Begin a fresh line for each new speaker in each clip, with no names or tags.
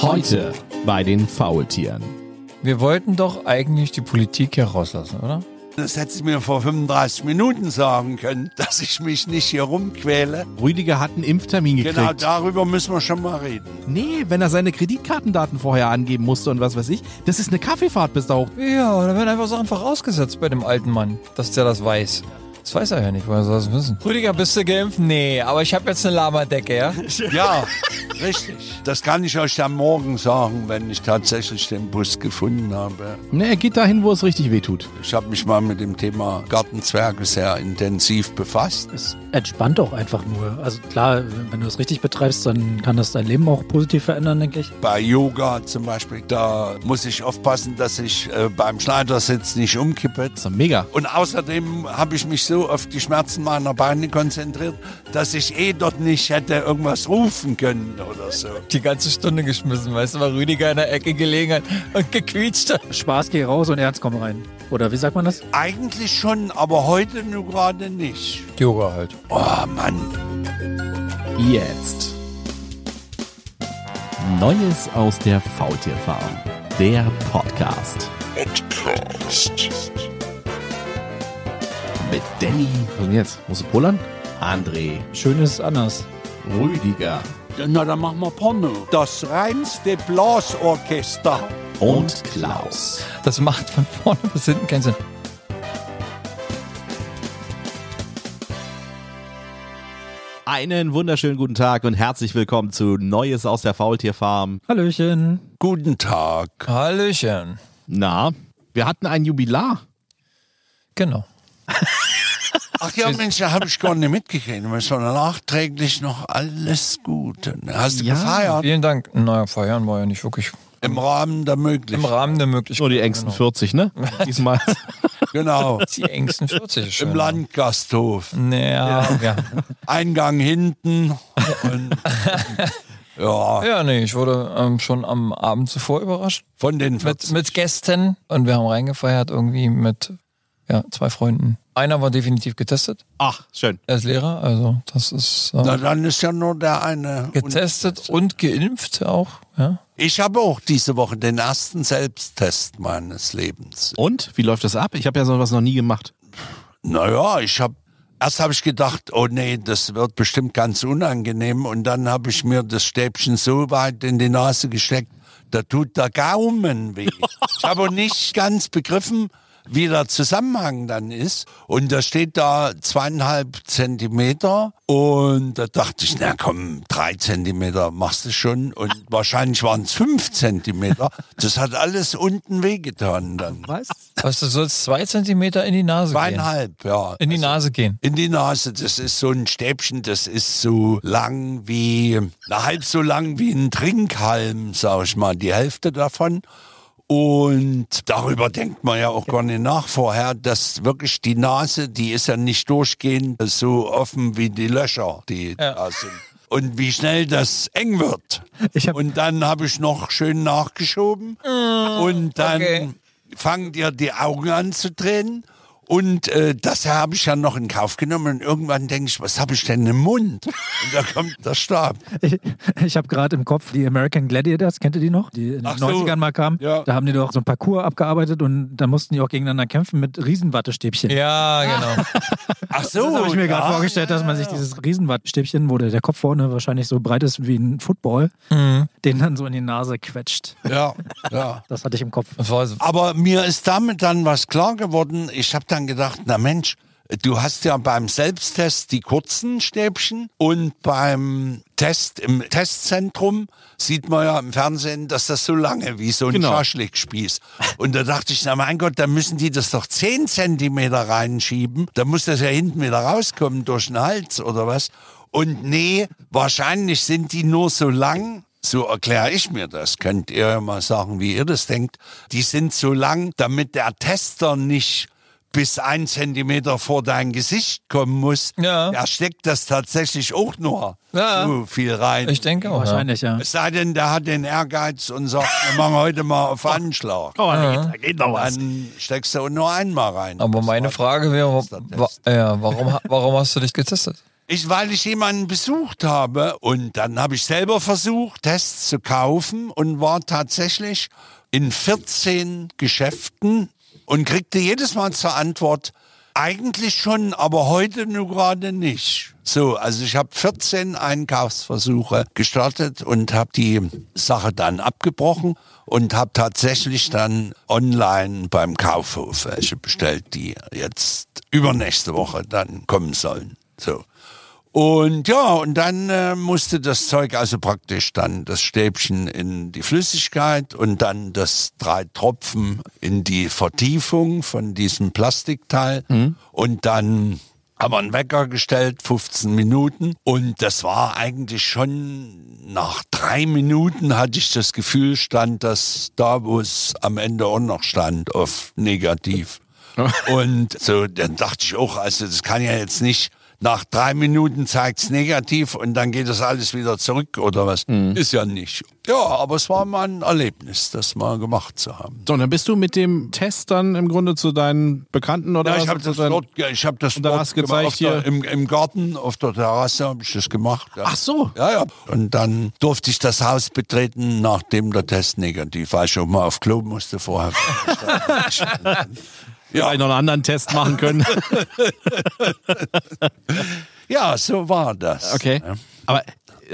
Heute bei den Faultieren.
Wir wollten doch eigentlich die Politik hier rauslassen, oder?
Das hätte sie mir vor 35 Minuten sagen können, dass ich mich nicht hier rumquäle.
Rüdiger hat einen Impftermin gekriegt.
Genau darüber müssen wir schon mal reden.
Nee, wenn er seine Kreditkartendaten vorher angeben musste und was weiß ich, das ist eine Kaffeefahrt bis da hoch.
Ja, da werden einfach Sachen vorausgesetzt bei dem alten Mann, dass der das weiß. Das weiß er ja nicht, weil er soll das wissen. Rüdiger, bist du geimpft? Nee, aber ich habe jetzt eine Lamadecke, ja?
Ja, richtig. Das kann ich euch dann morgen sagen, wenn ich tatsächlich den Bus gefunden habe.
Nee, er geht dahin, wo es richtig wehtut.
Ich habe mich mal mit dem Thema Gartenzwerge sehr intensiv befasst.
Es entspannt auch einfach nur. Also klar, wenn du es richtig betreibst, dann kann das dein Leben auch positiv verändern, denke ich.
Bei Yoga zum Beispiel, da muss ich aufpassen, dass ich äh, beim Schneidersitz nicht umkippe.
Das ist doch mega.
Und außerdem habe ich mich so auf die Schmerzen meiner Beine konzentriert, dass ich eh dort nicht hätte irgendwas rufen können oder so.
Die ganze Stunde geschmissen, weißt du, weil Rüdiger in der Ecke gelegen hat und gequietscht hat.
Spaß geh raus und Ernst komm rein. Oder wie sagt man das?
Eigentlich schon, aber heute nur gerade nicht.
Yoga halt.
Oh Mann.
Jetzt. Neues aus der Faultierfarm. Der Podcast. Podcast. Mit Danny. Was denn jetzt? Musst du pullern? André.
Schön ist es anders.
Rüdiger.
Na, dann machen wir Porno. Das reinste Blasorchester.
Und Klaus.
Das macht von vorne bis hinten keinen Sinn.
Einen wunderschönen guten Tag und herzlich willkommen zu Neues aus der Faultierfarm.
Hallöchen.
Guten Tag.
Hallöchen.
Na, wir hatten ein Jubilar.
Genau.
Ach ja, Mensch, da habe ich gar nicht mitgekriegt. Wir sollen nachträglich noch alles Gute. Hast du
Ja.
gefeiert?
Vielen Dank. Naja, feiern war ja nicht wirklich
Im Rahmen der
im
Möglichkeiten.
Rahmen der
Nur
Oh,
Möglichkeiten.
die engsten 40, ne? Diesmal.
Genau.
Die engsten 40 ist schön.
Im Landgasthof.
Naja, ja.
Eingang hinten. Und, ja,
ja, nee, ich wurde ähm, schon am Abend zuvor überrascht.
von den
mit,
40.
mit Gästen und wir haben reingefeiert irgendwie mit ja, zwei Freunden. Einer war definitiv getestet,
Ah,
Ach, schön.
er ist Lehrer, also das ist äh,
Na, dann ist ja nur der eine.
getestet und geimpft auch. Ja.
Ich habe auch diese Woche den ersten Selbsttest meines Lebens.
Und? Wie läuft das ab? Ich habe ja sowas noch nie gemacht.
Naja, ich habe. Erst habe ich gedacht, oh nee, das wird bestimmt ganz unangenehm. Und dann habe ich mir das Stäbchen so weit in die Nase gesteckt, da tut der Gaumen weh. ich habe auch nicht ganz begriffen, wie der Zusammenhang dann ist. Und da steht da zweieinhalb Zentimeter. Und da dachte ich, na komm, drei Zentimeter machst du schon. Und wahrscheinlich waren es fünf Zentimeter. Das hat alles unten wehgetan dann.
Was?
Was, du sollst zwei Zentimeter in die Nase gehen.
Zweieinhalb, ja.
In die Nase gehen.
In die Nase, das ist so ein Stäbchen, das ist so lang wie, na, halb so lang wie ein Trinkhalm, sag ich mal, die Hälfte davon. Und darüber denkt man ja auch gar nicht nach vorher, dass wirklich die Nase, die ist ja nicht durchgehend so offen wie die Löcher, die da sind. Und wie schnell das eng wird.
Ich hab- Mm.
und dann habe ich noch schön nachgeschoben. und dann
okay.
fangen dir die Augen an zu drehen. Und äh, das habe ich dann noch in Kauf genommen. Und irgendwann denke ich, was habe ich denn im Mund? Und da kommt der Stab.
Ich, ich habe gerade im Kopf die American Gladiators, kennt ihr die noch? Die in den
Ach so.
90ern mal kamen.
Ja.
Da haben die doch so ein Parcours abgearbeitet und da mussten die auch gegeneinander kämpfen mit Riesenwattestäbchen.
Ja, genau.
Ach so.
Das habe ich mir gerade
Oh, ja.
vorgestellt, dass man sich dieses Riesenwattstäbchen, wo der der Kopf vorne wahrscheinlich so breit ist wie ein Football,
Mhm.
den dann so in die Nase quetscht.
Ja, ja.
Das hatte ich im Kopf.
Das war so-
Aber mir ist damit dann was klar geworden. Ich habe dann gedacht, na Mensch, du hast ja beim Selbsttest die kurzen Stäbchen und beim Test im Testzentrum sieht man ja im Fernsehen, dass das so lange wie so ein
Genau.
Schaschlikspieß. Und da dachte ich, na mein Gott, da müssen die das doch 10 Zentimeter reinschieben. Da muss das ja hinten wieder rauskommen durch den Hals oder was. Und nee, wahrscheinlich sind die nur so lang, so erkläre ich mir das. Könnt ihr ja mal sagen, wie ihr das denkt. Die sind so lang, damit der Tester nicht bis ein Zentimeter vor dein Gesicht kommen muss.
Ja.
Er steckt das tatsächlich auch nur
Ja.
so viel rein.
ich denke auch. Ja.
Wahrscheinlich, ja.
es sei denn, der hat den Ehrgeiz und sagt, wir machen heute mal auf Anschlag.
Oh, da geht, noch
Dann steckst du nur einmal rein.
Aber
Das
meine
war-
Frage wäre, wa
der
wa ja, warum, ha- warum hast du dich getestet?
Ich, weil ich jemanden besucht habe und dann habe ich selber versucht, Tests zu kaufen und war tatsächlich in 14 Geschäften und kriegte jedes Mal zur Antwort, eigentlich schon, aber heute nur gerade nicht. So, also ich habe 14 Einkaufsversuche gestartet und habe die Sache dann abgebrochen und habe tatsächlich dann online beim Kaufhof welche bestellt, die jetzt übernächste Woche dann kommen sollen. So. Und ja, und dann äh, musste das Zeug also praktisch dann das Stäbchen in die Flüssigkeit und dann das drei Tropfen in die Vertiefung von diesem Plastikteil und dann haben wir einen Wecker gestellt, 15 Minuten. Und das war eigentlich schon nach drei Minuten hatte ich das Gefühl, stand das da, wo es am Ende auch noch stand, auf negativ. Und so, dann dachte ich auch, also das kann ja jetzt nicht, nach drei Minuten zeigt's negativ und dann geht das alles wieder zurück oder was. Ist ja nicht. Ja, aber es war mal ein Erlebnis, das mal gemacht zu haben.
So, und dann bist du mit dem Test dann im Grunde zu deinen Bekannten oder
Ja, ich
was?
habe das
Also Und dann-
dort, ge- ich hab das
dann
dort
hast
gemacht,
gezeigt
auf der,
hier-
im, im Garten, auf der Terrasse habe ich das gemacht. Ja.
Ach so.
Ja, ja. Und dann durfte ich das Haus betreten, nachdem der Test negativ war. Ich auch mal auf Klo musste vorher.
Ja. Vielleicht noch einen anderen Test machen können.
ja, so war das.
Okay.
Ja.
Aber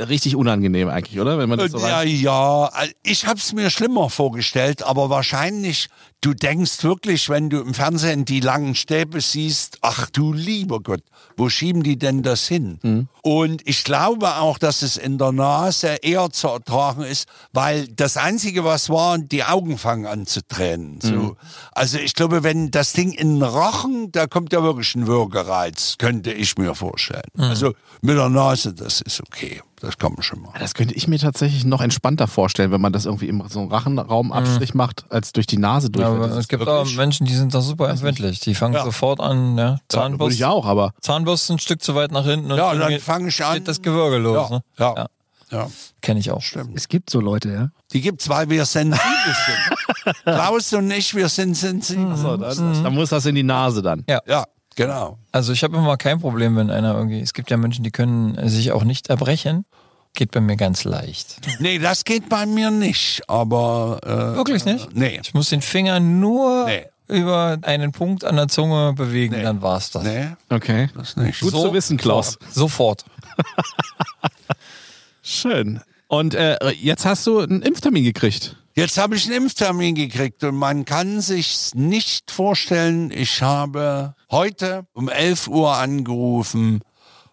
richtig unangenehm eigentlich, oder? Wenn man das so
Ja,
weiß.
ja, also ich hab's mir schlimmer vorgestellt, aber wahrscheinlich, du denkst wirklich, wenn du im Fernsehen die langen Stäbe siehst, ach du lieber Gott, wo schieben die denn das hin?
Mhm.
Und ich glaube auch, dass es in der Nase eher zu ertragen ist, weil das Einzige, was war, die Augen fangen an zu tränen. So.
Mhm.
Also ich glaube, wenn das Ding in den Rachen, da kommt ja wirklich ein Würgereiz, könnte ich mir vorstellen.
Mhm.
Also mit der Nase, das ist okay. Das kann man schon machen.
Das könnte ich mir tatsächlich noch entspannter vorstellen, wenn man das irgendwie im so einen Rachenraumabstrich macht, als durch die Nase durch.
Ja,
Weil
aber
das
es
ist
gibt auch
wirklich-
Menschen, die sind da super empfindlich. Die fangen
Ja.
sofort an, ne?
Würde
Zahnbürste,
ich auch, aber
Zahnbürste ein Stück zu weit nach hinten und
Ja,
schon
dann
geht-
fange ich an.
geht das Gewürge los.
Ja,
ne?
ja.
ja.
ja.
Kenne ich auch.
Es gibt so Leute, ja.
Die gibt's, weil wir sensibel sind. Klaus und ich, wir sind sensibel.
so, dann, dann muss das in die Nase dann.
Ja, genau.
Also ich habe immer kein Problem, wenn einer irgendwie. Es gibt ja Menschen, die können sich auch nicht erbrechen. Geht bei mir ganz leicht.
Nee, das geht bei mir nicht, aber. Äh,
Wirklich nicht?
Nee.
Ich muss den Finger nur
Nee.
über einen Punkt an der Zunge bewegen, dann war's das.
Nee,
Okay.
das nicht.
Gut zu wissen, Klaus.
Sofort.
Schön. Und äh, jetzt hast du einen Impftermin gekriegt.
Jetzt habe ich einen Impftermin gekriegt und man kann sich's nicht vorstellen. Ich habe heute um 11 Uhr angerufen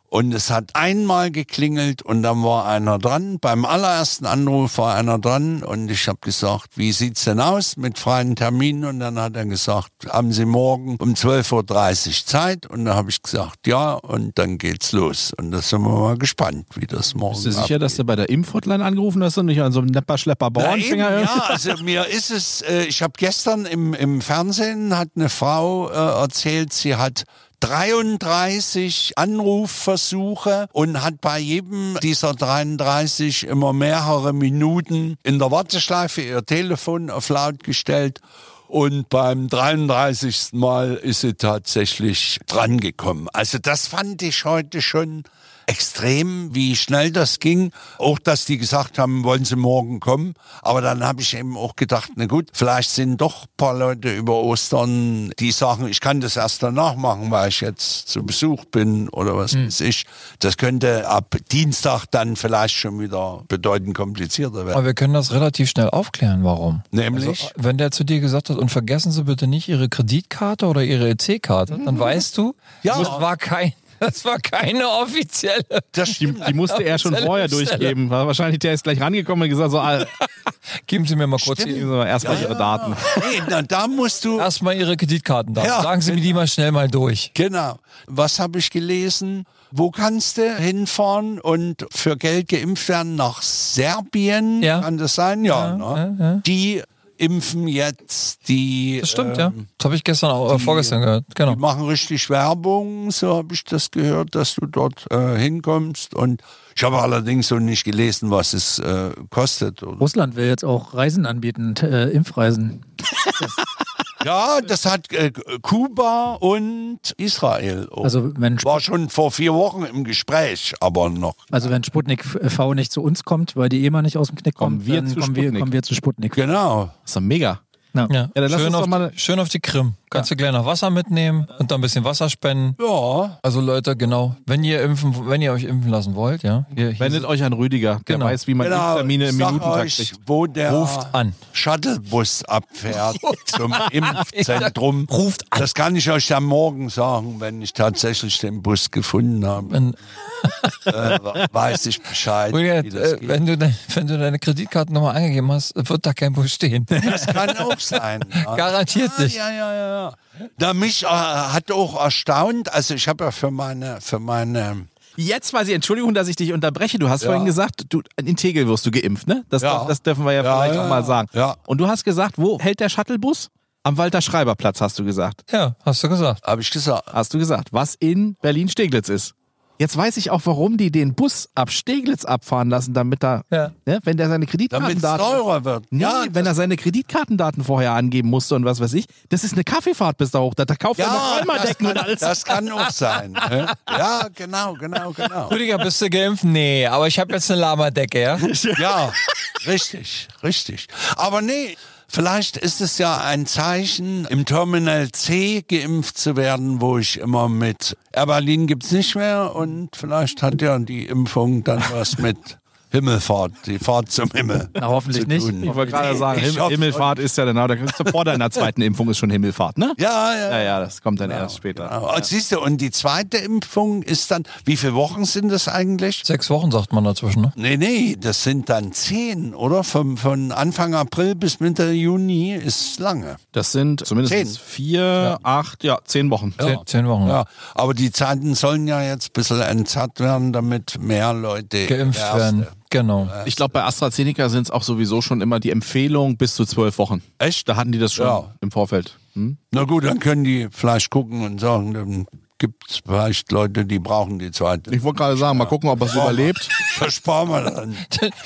und es hat einmal geklingelt und dann war einer dran. Beim allerersten Anruf war einer dran und ich habe gesagt, wie sieht's denn aus mit freien Terminen? Und dann hat er gesagt, haben Sie morgen um 12.30 Uhr Zeit? Und dann habe ich gesagt, ja, und dann geht's los. Und da sind wir mal gespannt, wie das morgen
Bist du sicher, dass du bei der Impfhotline angerufen hast und nicht an so einem Nepper-Schlepper
Na
Bauernfinger?
eben,
irgendwie?
ja, also mir ist es, äh, ich habe gestern im, im Fernsehen, hat eine Frau äh, erzählt, sie hat 33 Anrufversuche und hat bei jedem dieser 33 immer mehrere Minuten in der Warteschleife ihr Telefon auf laut gestellt. Und beim 33. Mal ist sie tatsächlich drangekommen. Also das fand ich heute schon extrem, wie schnell das ging. Auch, dass die gesagt haben, wollen sie morgen kommen. Aber dann habe ich eben auch gedacht, na gut, vielleicht sind doch ein paar Leute über Ostern, die sagen, ich kann das erst danach machen, weil ich jetzt zu Besuch bin oder was weiß ich. Das könnte ab Dienstag dann vielleicht schon wieder bedeutend komplizierter werden.
Aber wir können das relativ schnell aufklären, warum.
Nämlich?
Also, wenn der zu dir gesagt hat, und vergessen Sie bitte nicht Ihre Kreditkarte oder Ihre EC-Karte, dann weißt du,
Mhm. Ja.
das war kein, das war keine offizielle.
Das stimmt.
Die musste er schon vorher durchgeben. War wahrscheinlich der ist gleich rangekommen und gesagt so, ah,
Geben Sie mir mal kurz
geben Sie
Ihre,
mal erstmal ihre Daten.
Nee, na, da musst du
erstmal Ihre Kreditkarten da.
Ja.
Sagen Sie mir die mal schnell mal durch.
Genau. Was habe ich gelesen? Wo kannst du hinfahren und für Geld geimpft werden? Nach Serbien?
Ja.
Kann das sein? Ja. ne? Die impfen jetzt die.
Das stimmt,
äh,
ja. Das habe ich gestern auch, äh, vorgestern gehört. Genau.
Die machen richtig Werbung, so habe ich das gehört, dass du dort äh, hinkommst. Und ich habe allerdings so nicht gelesen, was es äh, kostet. Und,
Russland will jetzt auch Reisen anbieten, t- äh, Impfreisen.
Ja, das hat äh, Kuba und Israel. auch.
Also wenn, Sp
War schon vor vier Wochen im Gespräch, aber noch.
also wenn Sputnik V nicht zu uns kommt, weil die EMA nicht aus dem Knick
Kommen
kommt,
wir
dann
zu
kommen, wir,
Sputnik.
kommen wir zu Sputnik.
Genau.
Das ist doch mega.
Ja.
Ja,
dann lass
schön,
uns doch
auf,
mal-
schön auf die Krim. Kannst du gleich noch Wasser mitnehmen und dann ein bisschen Wasser spenden.
Ja.
Also Leute, genau. Wenn ihr impfen, wenn ihr euch impfen lassen wollt, ja, hier, hier
Wendet euch an Rüdiger, der
Genau.
weiß, wie man
Genau.
Termine im
Sag
Minutentakt
euch,
kriegt.
wo der
ruft an.
Shuttlebus abfährt zum Impfzentrum.
Ruft an.
Das kann ich euch dann morgen sagen, wenn ich tatsächlich den Bus gefunden habe.
Wenn,
äh, weiß ich Bescheid,
Juliet,
wie das
äh,
geht.
wenn, du de, wenn du deine Kreditkartennummer angegeben hast, wird da kein Bus stehen.
Das kann auch sein. ja.
Garantiert
ah,
nicht.
Ja, ja, ja. ja. Da mich äh, hat auch erstaunt, also ich habe ja für meine, für meine
Jetzt weiß ich, Entschuldigung, dass ich dich unterbreche. Du hast vorhin gesagt, du, in Tegel wirst du geimpft, ne? Das,
Ja.
darf- das dürfen wir ja,
Ja,
vielleicht
ja,
auch mal
ja.
sagen.
Ja.
Und du hast gesagt, wo hält der Shuttlebus? Am Walter-Schreiber-Platz, hast du gesagt.
Ja, hast du gesagt.
habe ich gesagt.
Hast du gesagt, was in Berlin-Steglitz ist. Jetzt weiß ich auch, warum die den Bus ab Steglitz abfahren lassen, damit da,
Ja.
ne, wenn der seine
Damit es
Kreditkartendaten.
teurer wird.
Nee,
ja,
wenn er seine Kreditkartendaten vorher angeben musste und was weiß ich, das ist eine Kaffeefahrt bis da hoch. Da, da kauft er noch
das,
Römerdecken und
kann,
alles.
das kann auch sein. ne? ja, genau, genau, genau.
Rüdiger, bist du geimpft? Nee, aber ich habe jetzt eine Lamadecke, ja?
Ja, richtig, richtig. Aber nee, vielleicht ist es ja ein Zeichen, im Terminal C geimpft zu werden, wo ich immer mit Air Berlin gibt's nicht mehr und vielleicht hat ja die Impfung dann was mit Himmelfahrt, die Fahrt zum Himmel.
Na, hoffentlich
zu
nicht.
tun.
Ich
wollte gerade sagen,
Ich
Him-
hoffe-
Himmelfahrt ist ja genau, der vor deiner zweiten Impfung ist schon Himmelfahrt, ne?
Ja, ja.
Ja, ja, das kommt dann erst später.
Genau. Und siehst du, und die zweite Impfung ist dann, wie viele Wochen sind das eigentlich?
Sechs Wochen sagt man dazwischen, ne?
Nee, nee, das sind dann zehn, oder? Von, von Anfang April bis Mitte Juni ist lange.
Das sind zumindest
Zehn.
vier, acht, ja, zehn Wochen.
Zehn, zehn Wochen.
Ja, aber die Zeiten sollen ja jetzt ein bisschen entzerrt werden, damit mehr Leute
Geimpft
Erste-
werden. Genau.
Ich glaube, bei AstraZeneca sind es auch sowieso schon immer die Empfehlung bis zu zwölf Wochen.
Echt?
Da hatten die das schon
Ja.
im Vorfeld. Hm?
Na gut, dann können die vielleicht gucken und sagen, dann gibt es vielleicht Leute, die brauchen die zweite.
Ich wollte gerade sagen, mal gucken, ob er es überlebt.
Das sparen wir dann.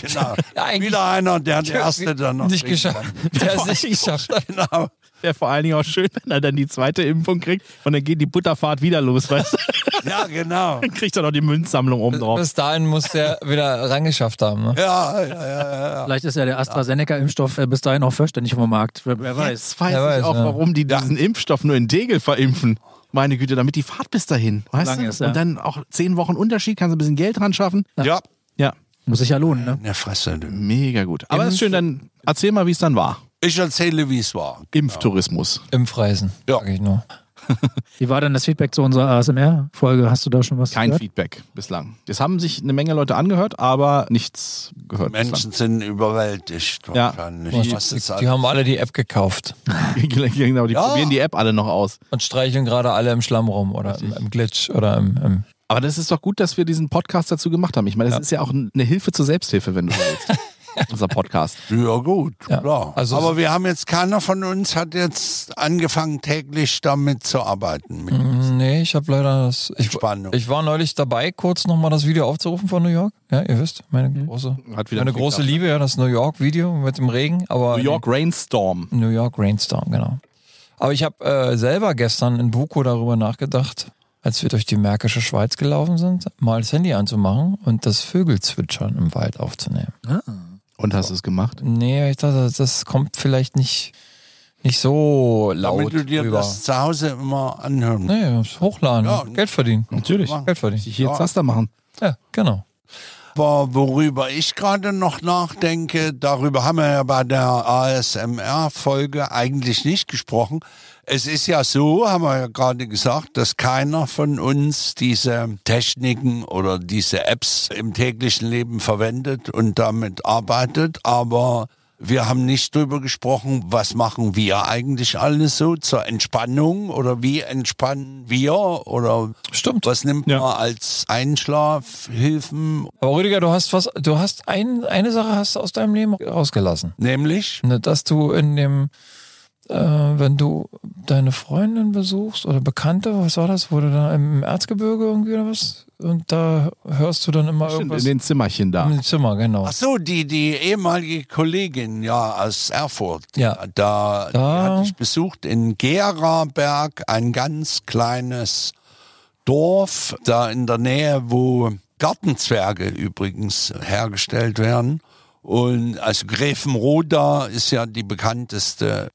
Genau.
Ja, eigentlich-
Wieder einer, der die erste dann noch
Nicht
kriegen
geschafft.
kann.
Der ist nicht geschafft.
Genau.
Wäre vor allen Dingen auch schön, wenn er dann die zweite Impfung kriegt und dann geht die Butterfahrt wieder los, weißt du?
Ja, genau.
Dann kriegt er noch die Münzsammlung oben drauf.
Bis dahin muss der wieder rangeschafft haben, ne?
Ja, ja, ja, ja.
Vielleicht ist ja der AstraZeneca-Impfstoff äh, bis dahin auch vollständig vom Markt. Wer, wer weiß.
Jetzt weiß,
Wer weiß,
ich auch,
ja.
warum die diesen Impfstoff nur in Degel verimpfen. Meine Güte, damit die Fahrt bis dahin. Weißt
Lang
du?
ist, ja.
Und dann auch zehn Wochen Unterschied, kannst du ein bisschen Geld dran schaffen.
Ja,
Ja,
Muss sich ja lohnen, ne?
eine Fresse. du.
mega gut. Aber das ist schön, dann erzähl mal, wie es dann war.
Ich erzähle, wie es war.
Impftourismus.
Impfreisen,
Ja.
sag ich nur.
Wie war denn das Feedback zu unserer ASMR-Folge? Hast du da schon was
Kein
gehört?
Feedback bislang. Es haben sich eine Menge Leute angehört, aber nichts gehört.
Menschen sind überwältigt
Ja.
wahrscheinlich.
Die,
Was ist halt-
die,
alles-
die haben alle die App gekauft
Bislang. genau, die
Ja.
probieren die App alle noch aus.
und streicheln gerade alle im Schlamm rum oder im, im Glitch oder im, im
Aber das ist doch gut, dass wir diesen Podcast dazu gemacht haben. Ich meine, das ist ja auch eine Hilfe zur Selbsthilfe, wenn du so willst. Unser Podcast.
Ja, gut, klar.
also-
Aber wir haben jetzt, keiner von uns hat jetzt angefangen, täglich damit zu arbeiten.
Mhm.
Mit
Nee, ich habe leider das. Ich,
Spannung.
ich war neulich dabei, kurz nochmal das Video aufzurufen von New York. Ja, ihr wisst, meine
Mhm.
große,
Hat wieder
meine
einen
große
ne?
Klick
Liebe, ja, das New York-Video mit dem Regen. Aber
New York Rainstorm.
New York Rainstorm, genau. Aber ich habe äh, selber gestern in Buko darüber nachgedacht, als wir durch die Märkische Schweiz gelaufen sind, mal das Handy anzumachen und das Vögelzwitschern im Wald aufzunehmen.
Und hast du es gemacht?
Nee, ich dachte, das kommt vielleicht nicht, nicht so laut
damit du dir
rüber.
das zu Hause immer anhören
nee, das hochladen,
Ja.
Geld verdienen.
Natürlich.
Geld verdienen.
Ich jetzt das da machen.
Ja, genau.
Aber worüber ich gerade noch nachdenke, darüber haben wir ja bei der ASMR-Folge eigentlich nicht gesprochen. Es ist ja so, haben wir ja gerade gesagt, dass keiner von uns diese Techniken oder diese Apps im täglichen Leben verwendet und damit arbeitet, aber wir haben nicht drüber gesprochen, was machen wir eigentlich alles so zur Entspannung oder wie entspannen wir oder
Stimmt.
was nimmt man als Einschlafhilfen
Aber Rüdiger, du hast was, du hast ein, eine Sache hast du aus deinem Leben rausgelassen.
Nämlich?
Ne, Dass du in dem, äh, wenn du deine Freundin besuchst oder Bekannte, was war das, wurde da im Erzgebirge irgendwie oder was? und da hörst du dann immer
Stimmt,
irgendwas
in den Zimmerchen da.
im Zimmer, genau.
Ach so, die, die ehemalige Kollegin ja aus Erfurt.
Ja.
Da, Die
Da-
hatte ich besucht in Geraberg, ein ganz kleines Dorf, da in der Nähe, wo Gartenzwerge übrigens hergestellt werden. Und also Gräfenroda ist ja die bekannteste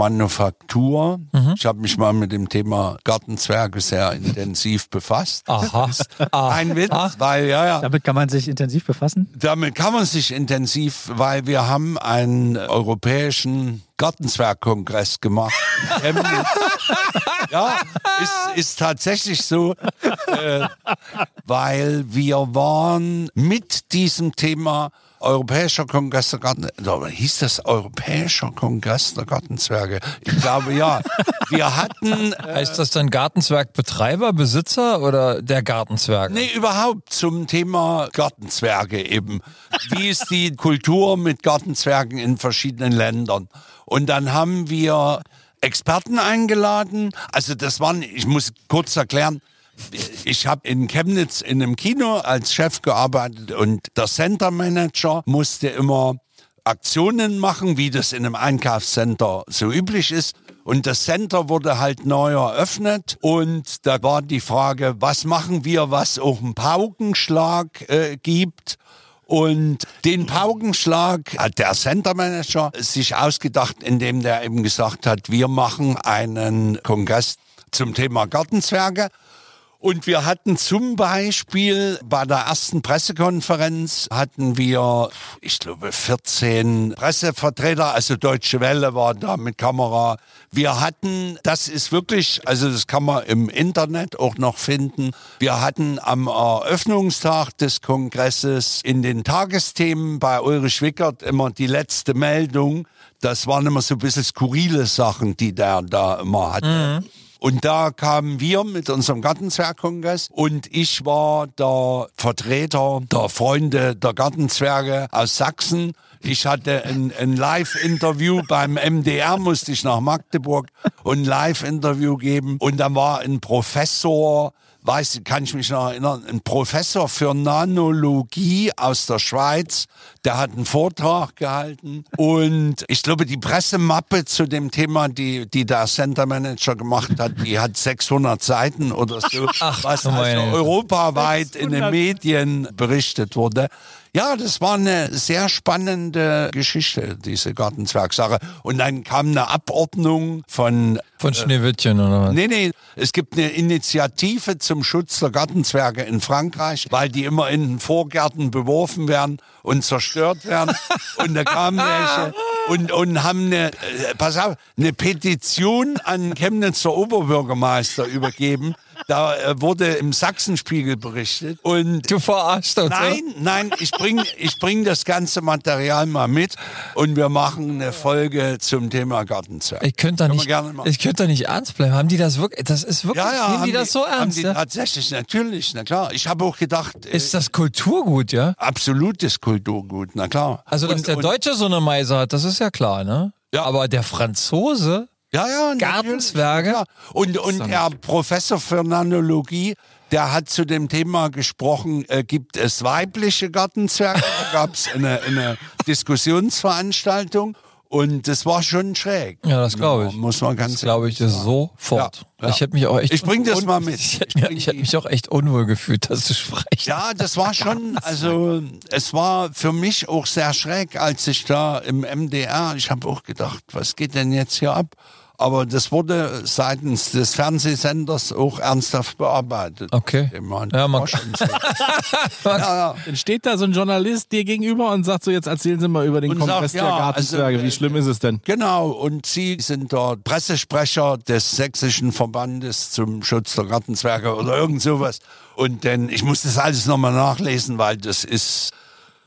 Gartenzwergmanufaktur. Ich habe mich mal mit dem Thema Gartenzwerge sehr intensiv befasst.
Aha. Ah.
Ein Witz, weil ja, ja.
Damit kann man sich intensiv befassen.
Damit kann man sich intensiv, weil wir haben einen europäischen Gartenzwergkongress gemacht. Ähm, ja, ist, ist tatsächlich so, äh, weil wir waren mit diesem Thema Europäischer Kongress der Garten, oder hieß das Europäischer Kongress der Gartenzwerge? Ich glaube ja. Wir hatten äh,
Heißt das dann Gartenzwergbetreiber, Besitzer oder der Gartenzwerg?
Nee, überhaupt zum Thema Gartenzwerge eben. Wie ist die Kultur mit Gartenzwergen in verschiedenen Ländern? Und dann haben wir Experten eingeladen. Also das waren, ich muss kurz erklären, ich habe in Chemnitz in einem Kino als Chef gearbeitet und der Center Manager musste immer Aktionen machen, wie das in einem Einkaufscenter so üblich ist. Und das Center wurde halt neu eröffnet und da war die Frage, was machen wir, was auch einen Paukenschlag äh, gibt. Und den Paukenschlag hat der Center Manager sich ausgedacht, indem der eben gesagt hat, wir machen einen Kongress zum Thema Gartenzwerge. Und wir hatten zum Beispiel bei der ersten Pressekonferenz hatten wir, ich glaube, 14 Pressevertreter, also Deutsche Welle war da mit Kamera. Wir hatten, das ist wirklich, also das kann man im Internet auch noch finden. Wir hatten am Eröffnungstag des Kongresses in den Tagesthemen bei Ulrich Wickert immer die letzte Meldung. Das waren immer so ein bisschen skurrile Sachen, die der da immer hatte. Und da kamen wir mit unserem Gartenzwergkongress und ich war der Vertreter der Freunde der Gartenzwerge aus Sachsen. Ich hatte ein, ein Live-Interview beim MDR, musste ich nach Magdeburg und ein Live-Interview geben. Und dann war ein Professor, weiß ich, kann ich mich noch erinnern, ein Professor für Nanologie aus der Schweiz, der hat einen Vortrag gehalten und ich glaube, die Pressemappe zu dem Thema, die, die der Center Manager gemacht hat, die hat 600 Seiten oder so, was also
meine Güte.
europaweit in den Medien berichtet wurde. Ja, das war eine sehr spannende Geschichte, diese Gartenzwergsache. Und dann kam eine Abordnung von
Von Schneewittchen oder was?
Nee, nee, es gibt eine Initiative zum Schutz der Gartenzwerge in Frankreich, weil die immer in den Vorgärten beworfen werden und zerstört werden. und da kamen welche und, und haben eine, äh, pass auf, eine Petition an Chemnitzer Oberbürgermeister übergeben. Da äh, wurde im Sachsenspiegel berichtet. Und
Du verarschst uns. oder?
Nein, nein, ich bringe ich bring das ganze Material mal mit und wir machen eine Folge zum Thema Gartenzwerge.
Ich könnte da
Können wir
nicht,
gerne machen.
ich könnte da nicht ernst bleiben. Haben die das wirklich, das ist wirklich,
Ja, ja,
nehmen die
haben
das so
haben
ernst?
die
ja?
Tatsächlich, natürlich, na klar. Ich habe auch gedacht, äh,
Ist das Kulturgut, ja?
absolutes Kulturgut, na klar.
Also, dass
Und-
der
und-
Deutsche so eine Meise hat, das ist ja klar, ne? Ja. Aber der Franzose,
Ja, ja, natürlich.
Gartenzwerge?
Ja. Und, und der Professor für Nanologie, der hat zu dem Thema gesprochen, äh, gibt es weibliche Gartenzwerge? da gab es eine, eine Diskussionsveranstaltung und das war schon schräg.
ja, das glaube ich.
Muss man ganz
das glaube ich das sofort.
Ja, ja.
Ich hätte mich auch echt.
Ich bring das
un-
mal mit.
Ich
Ich bring
hätte, ich hätte
die-
mich auch echt unwohl gefühlt, dass du sprichst.
Ja, das war schon, also es war für mich auch sehr schräg, als ich da im MDR, ich habe auch gedacht, was geht denn jetzt hier ab? Aber das wurde seitens des Fernsehsenders auch ernsthaft bearbeitet.
Okay.
Ich meine,
Ja, man-
war schon so. ja, ja.
Dann steht da so ein Journalist dir gegenüber und sagt so, jetzt erzählen Sie mal über den
Und
Kongress
sagt,
der
ja,
Gartenzwerge.
also, äh,
Wie schlimm ist es denn?
Genau, und Sie sind dort Pressesprecher des Sächsischen Verbandes zum Schutz der Gartenzwerge oder irgend sowas. Und denn ich muss das alles nochmal nachlesen, weil das ist,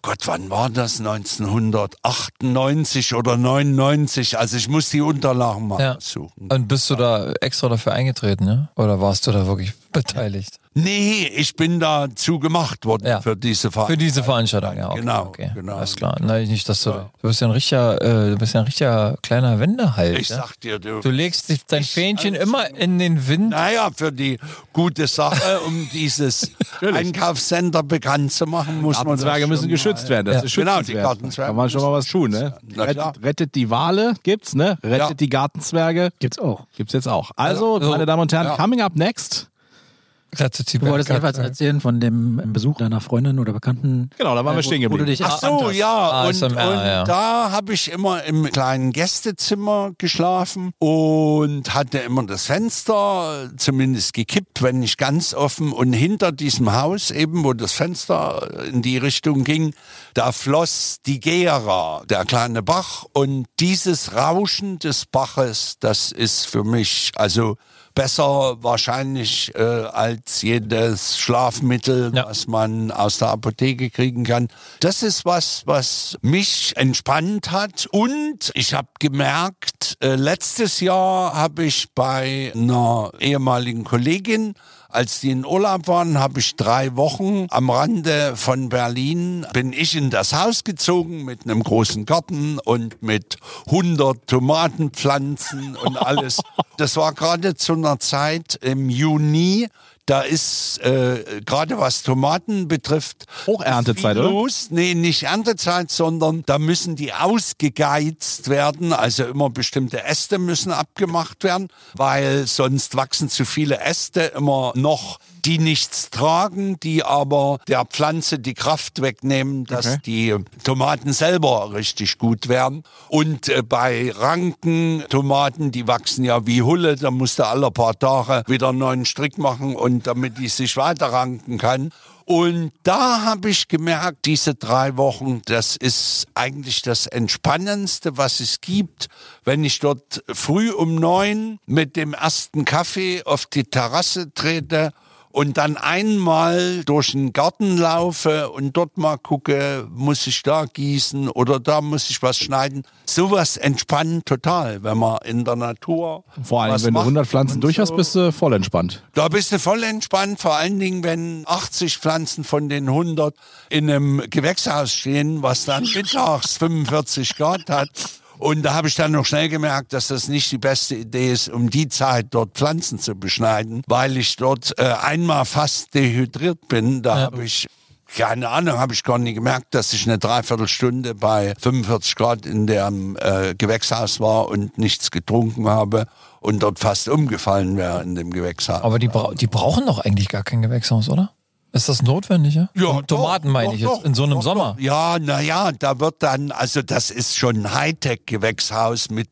Gott, wann war das? 1998 oder 99? Also ich muss die Unterlagen mal
Ja.
suchen.
Und bist du da extra dafür eingetreten, ja? Oder warst du da wirklich beteiligt.
Nee, ich bin da zugemacht worden
Ja.
für diese Fahrt.
Für diese Veranstaltung, ja. Okay,
Genau,
okay.
genau.
Alles klar. Nein, nicht, dass du. Du bist ja ein richtiger, äh, du bist ja ein richtiger kleiner Wendehals.
ich
ja?
sag dir, du.
Du legst dich dein Fähnchen immer in den Wind.
naja, für die gute Sache, um dieses Einkaufscenter bekannt zu machen, muss man das
Gartenzwerge
schon
müssen
mal-
geschützt werden. Das
Ja.
ist
Genau, die
schützenswert.
Gartenzwerge
Kann man schon mal was tun, ne?
müssen- Na klar.
Rettet, rettet die Wale, gibt's, ne? Rettet
Ja.
die Gartenzwerge,
Gibt's auch.
gibt's jetzt auch. Also,
Also,
meine Damen und Herren,
ja.
coming up next.
Glatte
Du wolltest
Zwiebeln-
etwas erzählen von dem Besuch deiner Freundin oder Bekannten.
Genau, da waren wir stehen
Wo du
geblieben.
dich
Ach so,
Anders.
ja. Und,
ASMR,
und
ja.
da habe ich immer im kleinen Gästezimmer geschlafen und hatte immer das Fenster zumindest gekippt, wenn nicht ganz offen. Und hinter diesem Haus eben, wo das Fenster in die Richtung ging, da floss die Gera, der kleine Bach. Und dieses Rauschen des Baches, das ist für mich, also besser wahrscheinlich äh, als jedes Schlafmittel,
Ja.
was man aus der Apotheke kriegen kann. Das ist was, was mich entspannt hat und ich habe gemerkt, äh, letztes Jahr habe ich bei einer ehemaligen Kollegin als die in Urlaub waren, habe ich drei Wochen am Rande von Berlin, bin ich in das Haus gezogen mit einem großen Garten und mit 100 Tomatenpflanzen und alles. Das war gerade zu einer Zeit im Juni, da ist äh, gerade was Tomaten betrifft.
Hocherntezeit,
viel
oder?
Los. Nee, nicht Erntezeit, sondern da müssen die ausgegeizt werden. Also immer bestimmte Äste müssen abgemacht werden, weil sonst wachsen zu viele Äste immer noch, die nichts tragen, die aber der Pflanze die Kraft wegnehmen, dass die Tomaten selber richtig gut werden. Und äh, bei Ranken, Tomaten, die wachsen ja wie Hulle, da musst du alle paar Tage wieder einen neuen Strick machen und damit die sich weiter ranken kann. Und da habe ich gemerkt, diese drei Wochen, das ist eigentlich das Entspannendste, was es gibt, wenn ich dort früh um neun mit dem ersten Kaffee auf die Terrasse trete und dann einmal durch den Garten laufe und dort mal gucke, muss ich da gießen oder da muss ich was schneiden. Sowas entspannt total, wenn man in der Natur.
Vor allem,
was
wenn du
macht
100 Pflanzen
und
durch hast,
so.
bist du voll entspannt.
Da bist du voll entspannt, vor allen Dingen, wenn 80 Pflanzen von den 100 in einem Gewächshaus stehen, was dann mittags 45 Grad hat. Und da habe ich dann noch schnell gemerkt, dass das nicht die beste Idee ist, um die Zeit dort Pflanzen zu beschneiden, weil ich dort äh, einmal fast dehydriert bin. Da habe ich keine Ahnung, habe ich gar nicht gemerkt, dass ich eine Dreiviertelstunde bei 45 Grad in dem äh, Gewächshaus war und nichts getrunken habe und dort fast umgefallen wäre in dem Gewächshaus.
Aber die, bra die brauchen doch eigentlich gar kein Gewächshaus, oder? Ist das notwendig? Ja, Tom- Tomaten meine
doch,
ich jetzt,
doch,
in so einem
doch,
Sommer.
Doch. Ja, naja, da wird dann, also das ist schon ein Hightech-Gewächshaus mit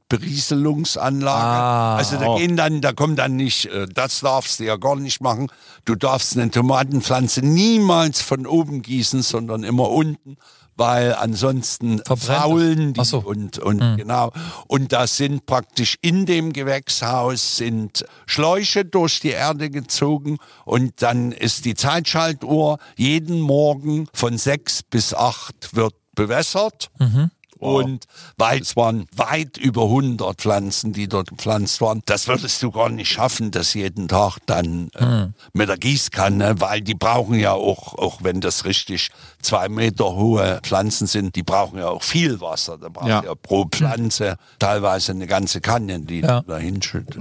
Berieselungsanlage.
Ah,
also da gehen dann, da kommt dann nicht, äh, das darfst du ja gar nicht machen. Du darfst eine Tomatenpflanze niemals von oben gießen, sondern immer unten. Weil ansonsten
Verbrennt es.
faulen die
Ach so. Hm.
und, und genau. Und da sind praktisch in dem Gewächshaus sind Schläuche durch die Erde gezogen und dann ist die Zeitschaltuhr jeden Morgen von sechs bis acht wird bewässert.
Mhm.
Und weil es waren weit über 100 Pflanzen, die dort gepflanzt waren, das würdest du gar nicht schaffen, das jeden Tag dann äh,
Hm.
mit der Gießkanne, weil die brauchen ja auch, auch wenn das richtig zwei Meter hohe Pflanzen sind, die brauchen ja auch viel Wasser. Da braucht ja,
Ja.
pro Pflanze teilweise eine ganze Kanne, die
Ja.
du da hinschüttet.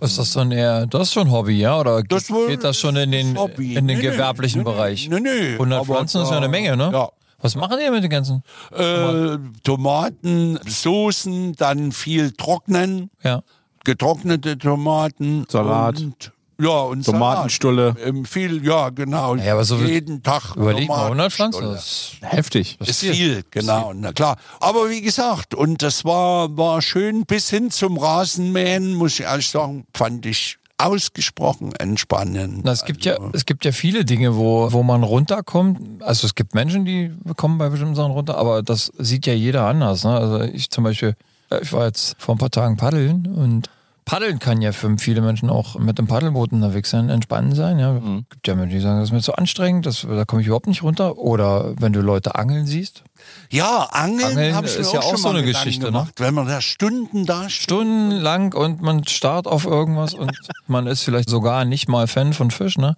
Ist das dann eher, das ist schon Hobby, ja? Oder geht
Hm. Das wohl-
geht das schon in den,
Hobby.
in den
Nö, nö,
gewerblichen
nö, nö,
Bereich?
nö, nö.
100
Aber
Pflanzen ist ja
da-
eine Menge, ne?
Ja.
Was machen die mit den ganzen?
Äh, Tomaten, Soßen, dann viel trocknen.
Ja.
getrocknete Tomaten.
Salat.
Und, ja, und
Tomatenstulle.
Salat. Ähm, viel, ja, genau.
Ja, aber so viel-
Jeden Tag.
Überleg mal, 100 Pflanzen.
Tomatenstulle.
Das
Heftig.
Ist viel, genau, na klar. Aber wie gesagt, und das war, war schön, bis hin zum Rasenmähen, muss ich ehrlich sagen, fand ich ausgesprochen entspannend.
Na, es gibt ja, es gibt ja viele Dinge, wo, wo man runterkommt. Also es gibt Menschen, die kommen bei bestimmten Sachen runter, aber das sieht ja jeder anders. Ne? Also ich zum Beispiel, äh, ich war jetzt vor ein paar Tagen paddeln und Paddeln kann ja für viele Menschen auch mit dem Paddelboot unterwegs sein, entspannend sein. Ja, gibt ja Menschen, die sagen, das ist mir zu anstrengend, das, da komme ich überhaupt nicht runter. Oder wenn du Leute angeln siehst,
Ja, Angeln,
Angeln
habe ich mir
ist
auch
ja auch
schon
so
mal
eine
Gedanken
Geschichte, ne?
gemacht, wenn man da Stunden da steht.
stundenlang und man starrt auf irgendwas und man ist vielleicht sogar nicht mal Fan von Fisch, ne?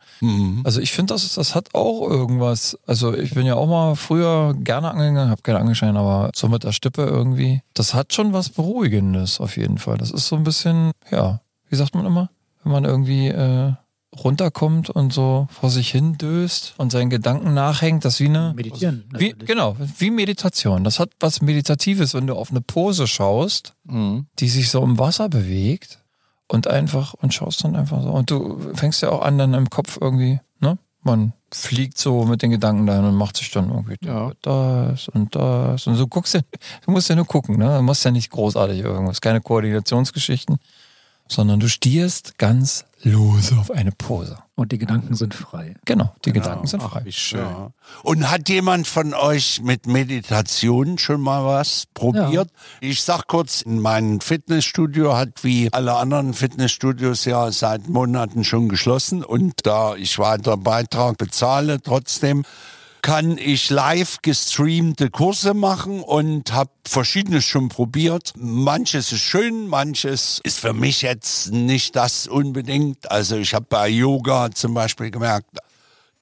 Also ich finde, das, das hat auch irgendwas. Also ich bin ja auch mal früher gerne angeln gegangen, habe keine Angelschein, aber so mit der Stippe irgendwie. Das hat schon was Beruhigendes auf jeden Fall. Das ist so ein bisschen, ja, wie sagt man immer? Wenn man irgendwie äh, runterkommt und so vor sich hin döst und seinen Gedanken nachhängt, das ist wie eine...
Meditieren.
Wie,
natürlich.
genau, wie Meditation. Das hat was Meditatives, wenn du auf eine Pose schaust
Mhm.
die sich so im Wasser bewegt und einfach und schaust dann einfach so. Und du fängst ja auch an, dann im Kopf irgendwie, ne? Man fliegt so mit den Gedanken dahin und macht sich dann irgendwie
Ja.
das und das. Und so guckst du, du musst ja nur gucken, ne? Du machst ja nicht großartig irgendwas, keine Koordinationsgeschichten, sondern du stierst ganz lose auf eine Pose.
Und die Gedanken sind frei.
Genau, die Gedanken sind frei.
schön.
Ja. Und hat jemand von euch mit Meditation schon mal was probiert? Ich sag kurz, mein Fitnessstudio hat wie alle anderen Fitnessstudios ja seit Monaten schon geschlossen und da ich weiter Beitrag bezahle trotzdem kann ich live gestreamte Kurse machen und habe verschiedenes schon probiert. Manches ist schön, manches ist für mich jetzt nicht das unbedingt. Also ich habe bei Yoga zum Beispiel gemerkt,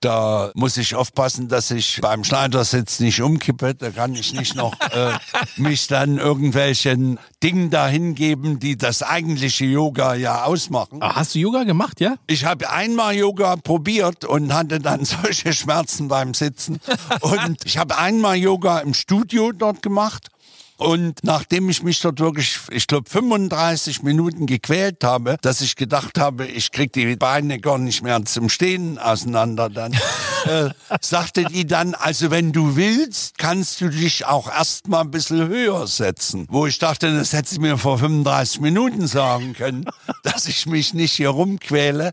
da muss ich aufpassen, dass ich beim Schneidersitz nicht umkippe. Da kann ich nicht noch äh, mich dann irgendwelchen Dingen dahingeben, die das eigentliche Yoga ja ausmachen.
Ah, Hast du Yoga gemacht, ja?
Ich habe einmal Yoga probiert und hatte dann solche Schmerzen beim Sitzen. Und ich habe einmal Yoga im Studio dort gemacht. Und nachdem ich mich dort wirklich, ich glaube, 35 Minuten gequält habe, dass ich gedacht habe, ich krieg die Beine gar nicht mehr zum Stehen auseinander, dann äh, sagte die dann, also wenn du willst, kannst du dich auch erstmal ein bisschen höher setzen. Wo ich dachte, das hätte sie mir vor 35 Minuten sagen können, dass ich mich nicht hier rumquäle.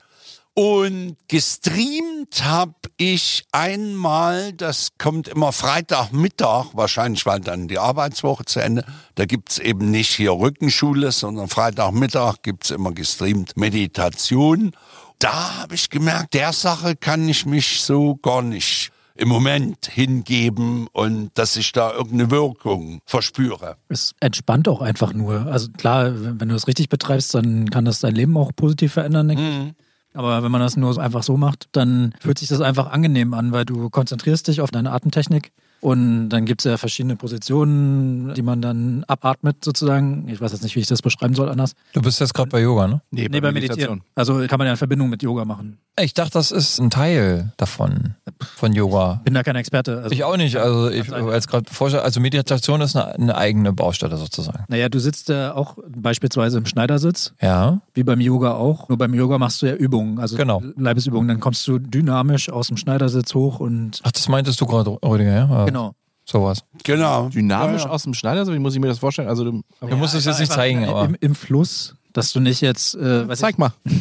Und gestreamt habe ich einmal, das kommt immer Freitagmittag, wahrscheinlich weil dann die Arbeitswoche zu Ende, da gibt's eben nicht hier Rückenschule, sondern Freitagmittag gibt's immer gestreamt Meditation. Da habe ich gemerkt, der Sache kann ich mich so gar nicht im Moment hingeben und dass ich da irgendeine Wirkung verspüre.
Es entspannt auch einfach nur. Also klar, wenn wenn du es richtig betreibst, dann kann das dein Leben auch positiv verändern. denke ich. Aber wenn man das nur so einfach so macht, dann fühlt sich das einfach angenehm an, weil du konzentrierst dich auf deine Atemtechnik. Und dann gibt es ja verschiedene Positionen, die man dann abatmet sozusagen. Ich weiß jetzt nicht, wie ich das beschreiben soll anders.
Du bist jetzt gerade bei Yoga, ne?
Nee, beim Meditieren. Also kann man ja in Verbindung mit Yoga machen.
Ich dachte, das ist ein Teil davon, von Yoga.
Bin da kein Experte. Also,
Ich auch nicht. Also ich als gerade vorstelle, also Meditation ist eine, eine eigene Baustelle sozusagen.
naja, du sitzt ja auch beispielsweise im Schneidersitz,
Ja.
wie beim Yoga auch. Nur beim Yoga machst du ja Übungen, also
Genau.
Leibesübungen. Dann kommst du dynamisch aus dem Schneidersitz hoch und
Ach, das meintest du gerade, Rüdiger, ja? Ja,
genau.
Sowas.
Genau.
Dynamisch
Ja, ja.
aus dem Schneider, so wie muss ich mir das vorstellen? Also, du,
Du musst es jetzt nicht zeigen, aber.
Im, Im Fluss, dass du nicht jetzt, äh, weiß
zeig mal.
ich,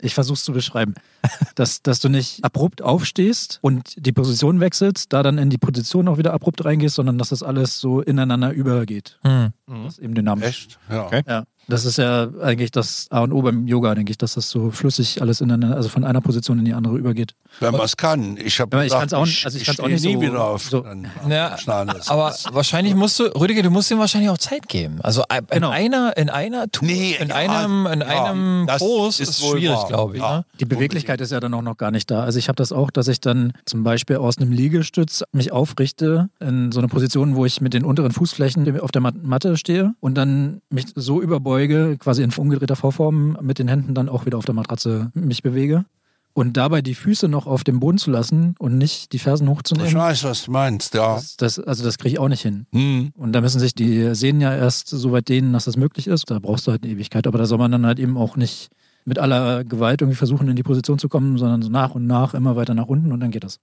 ich versuch's zu beschreiben, dass, dass du nicht abrupt aufstehst und die Position wechselst, da dann in die Position auch wieder abrupt reingehst, sondern dass das alles so ineinander übergeht.
Hm.
Das ist eben dynamisch.
Echt? Ja.
Okay.
Ja, das ist ja eigentlich das A und O beim Yoga, denke ich, dass das so flüssig alles in eine, also von einer Position in die andere übergeht.
Wenn man es kann. Ich habe
Ja, ich kann's auch- also ich kann's auch nicht
nie
so-
wieder auf.
so-
dann-
Ja,
Schnalles.
aber wahrscheinlich musst du, Rüdiger, du musst ihm wahrscheinlich auch Zeit geben. Also in
Genau.
einer, in einer Tour,
Nee,
in
ja,
einem, in
ja,
einem
das
Kurs ist,
ist wohl
schwierig,
wahr.
glaube ich.
Ja.
Ne?
Die Beweglichkeit ist ja dann auch noch gar nicht da. Also ich habe das auch, dass ich dann zum Beispiel aus einem Liegestütz mich aufrichte in so eine Position, wo ich mit den unteren Fußflächen auf der Mat- Matte stehe und dann mich so überbeuge, quasi in umgedrehter Vorform mit den Händen dann auch wieder auf der Matratze mich bewege. Und dabei die Füße noch auf dem Boden zu lassen und nicht die Fersen
Ich
hochzunehmen,
weiß, was du meinst, ja.
das, das, also das kriege ich auch nicht hin.
Hm.
Und da müssen sich die Sehnen ja erst so weit dehnen, dass das möglich ist. Da brauchst du halt eine Ewigkeit. Aber da soll man dann halt eben auch nicht mit aller Gewalt irgendwie versuchen, in die Position zu kommen, sondern so nach und nach immer weiter nach unten und dann geht das.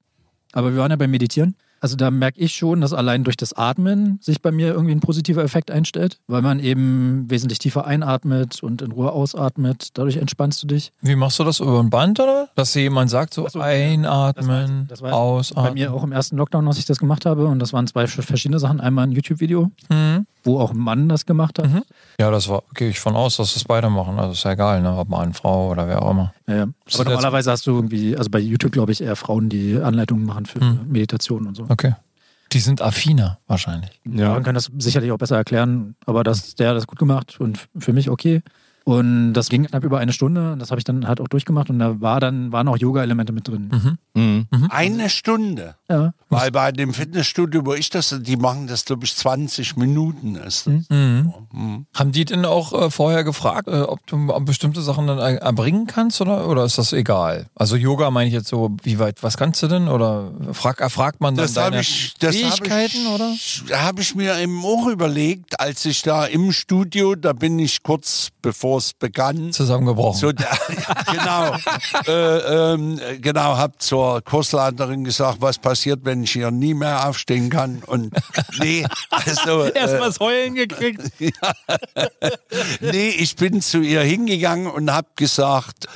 Aber wir waren ja beim Meditieren. Also da merke ich schon, dass allein durch das Atmen sich bei mir irgendwie ein positiver Effekt einstellt, weil man eben wesentlich tiefer einatmet und in Ruhe ausatmet. Dadurch entspannst du dich.
Wie machst du das über ein Band oder? Dass dir jemand sagt, so,
Ach so, ja.
einatmen,
Das war- das war Bei
ausatmen.
mir auch im ersten Lockdown, als ich das gemacht habe. Und das waren zwei verschiedene Sachen. Einmal ein YouTube-Video,
Hm.
wo auch ein Mann das gemacht hat.
Ja, das war, gehe ich von aus, dass das beide machen. Also ist ja egal, ne? ob Mann, Frau oder wer auch immer.
Ja, ja.
Sind
Aber
jetzt-
normalerweise hast du irgendwie, also bei YouTube glaube ich eher Frauen, die Anleitungen machen für Meditation und so.
Okay. Die sind affiner wahrscheinlich.
Ja.
Man kann das sicherlich auch besser erklären, aber das, der hat das gut gemacht und f- für mich okay. Und das ging knapp über eine Stunde. Das habe ich dann halt auch durchgemacht und da war dann, waren auch Yoga-Elemente mit drin.
Mhm.
Eine Stunde.
Ja.
Weil bei dem Fitnessstudio, wo ich das, die machen das, glaube ich, 20 Minuten. Ist das.
Haben die denn auch äh, vorher gefragt, äh, ob du bestimmte Sachen dann er- erbringen kannst oder, oder ist das egal? Also Yoga meine ich jetzt so, wie weit, was kannst du denn? Oder frag, erfragt man dann
Das
deine
habe ich, das
Fähigkeiten
hab
oder?
ich, oder? Habe ich mir eben auch überlegt, als ich da im Studio, da bin ich kurz bevor es begann.
Zusammengebrochen.
So, äh, da, genau, äh, ähm, genau, habe zur Kursleiterin gesagt, was passiert, wenn ich hier nie mehr aufstehen kann. Und nee, also, äh,
das Heulen gekriegt.
nee, ich bin zu ihr hingegangen und habe gesagt,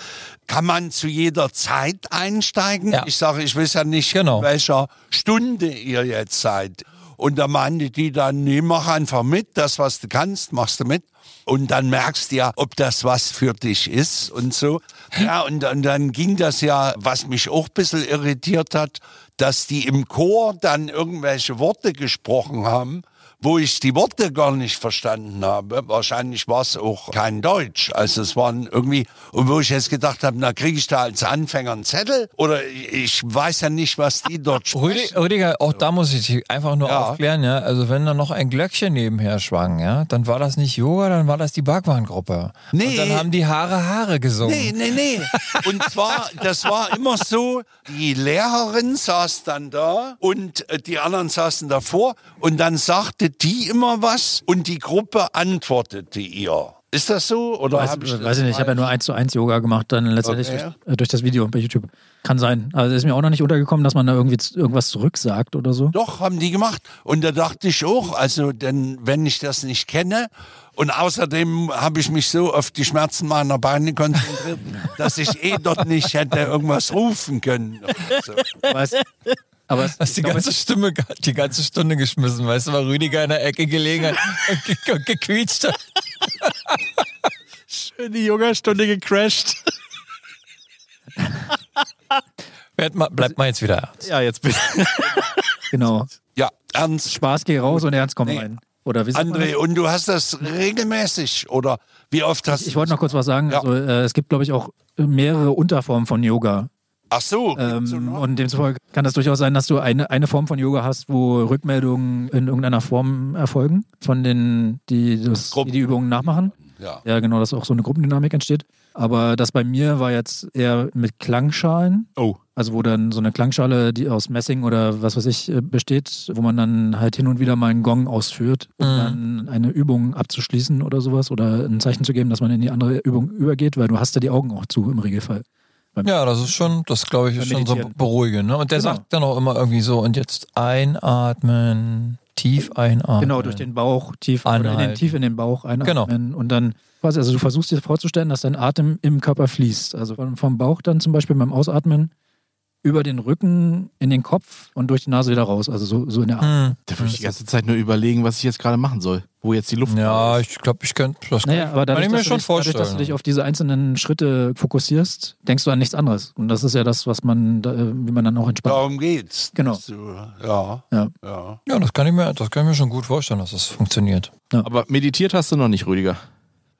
kann man zu jeder Zeit einsteigen?
Ja.
Ich sage, ich weiß ja nicht,
Genau.
in welcher Stunde ihr jetzt seid. Und da meinte die dann, nee, mach einfach mit, das, was du kannst, machst du mit. Und dann merkst du ja, ob das was für dich ist und so. Ja, und, dann- dann ging das ja, was mich auch ein bisschen irritiert hat, dass die im Chor dann irgendwelche Worte gesprochen haben, wo ich die Worte gar nicht verstanden habe. Wahrscheinlich war es auch kein Deutsch. Also es waren irgendwie, und wo ich jetzt gedacht habe, na kriege ich da als Anfänger einen Zettel? Oder ich weiß ja nicht, was die dort sprechen.
Rüdi- Rüdiger, auch da muss ich dich einfach nur
Ja.
aufklären, ja. Also wenn da noch ein Glöckchen nebenher schwang, ja, dann war das nicht Yoga, dann war das die Bagwan-Gruppe. Und
Nee.
dann haben die Haare Haare gesungen.
Nee, nee, nee. Und zwar, das war immer so, die Lehrerin saß dann da und äh, die anderen saßen davor und dann sagte die immer was und die Gruppe antwortete ihr. Ist das so? Oder
Weiß,
hab ich das
weiß ich nicht, ich habe ja nur eins zu eins Yoga gemacht, dann letztendlich
Okay.
durch, äh, durch das Video bei YouTube. Kann sein. Also ist mir auch noch nicht untergekommen, dass man da irgendwie z- irgendwas zurücksagt oder so.
Doch, haben die gemacht. Und da dachte ich auch, also denn wenn ich das nicht kenne und außerdem habe ich mich so auf die Schmerzen meiner Beine konzentriert, dass ich eh dort nicht hätte irgendwas rufen können. So.
Weiß, aber es,
Hast die ganze Stimme, die ganze Stunde geschmissen, weißt du, weil Rüdiger in der Ecke gelegen hat und, ge und gequietscht hat.
In die Yoga-Stunde gecrashed.
Werd mal, bleibt mal jetzt wieder ernst.
Ja, jetzt bin
genau.
Ja, ernst.
Spaß geh raus und Ernst komm rein. Oder wie sagt man
André, und du hast das regelmäßig oder wie oft hast
Ich wollte noch kurz was sagen.
Ja.
Also, äh, es gibt, glaube ich, auch mehrere Unterformen von Yoga.
Ach so,
Ähm,
gibt's noch?
und demzufolge kann das durchaus sein, dass du eine, eine Form von Yoga hast, wo Rückmeldungen in irgendeiner Form erfolgen von den, die das, die,
Gruppen.
die Übungen nachmachen.
ja.
Ja, genau, dass auch so eine Gruppendynamik entsteht. Aber das bei mir war jetzt eher mit Klangschalen.
Oh.
Also wo dann so eine Klangschale, die aus Messing oder was weiß ich äh, besteht, wo man dann halt hin und wieder mal einen Gong ausführt, um dann eine Übung abzuschließen oder sowas oder ein Zeichen zu geben, dass man in die andere Übung übergeht, weil du hast ja die Augen auch zu im Regelfall.
Ja, das ist schon, das glaube ich, ist schon so
Meditieren.
beruhigend. Ne? Und der
Genau.
sagt dann auch immer irgendwie so, und jetzt einatmen, tief einatmen.
Genau, durch den Bauch tief oder in den,
Anhalten.
tief in den Bauch einatmen und dann Genau. quasi, also du versuchst dir vorzustellen, dass dein Atem im Körper fließt. Also von- vom Bauch dann zum Beispiel beim Ausatmen über den Rücken in den Kopf und durch die Nase wieder raus. Also so, so in der Art.
Hm.
Da würde ich die ganze Zeit nur überlegen, was ich jetzt gerade machen soll. Wo jetzt die Luft
Ja, ich glaube, ich könnte das
Naja, aber
kann
dadurch,
ich mir
dass,
schon
du dich, dadurch,
vorstellen.
dass du dich auf diese einzelnen Schritte fokussierst, denkst du an nichts anderes. Und das ist ja das, was man, da, äh, wie man dann auch entspannt.
Darum geht's.
Genau.
So, Ja,
Ja.
ja.
ja, das kann ich mir, das kann ich mir schon gut vorstellen, dass das funktioniert.
Aber meditiert hast du noch nicht, Rüdiger.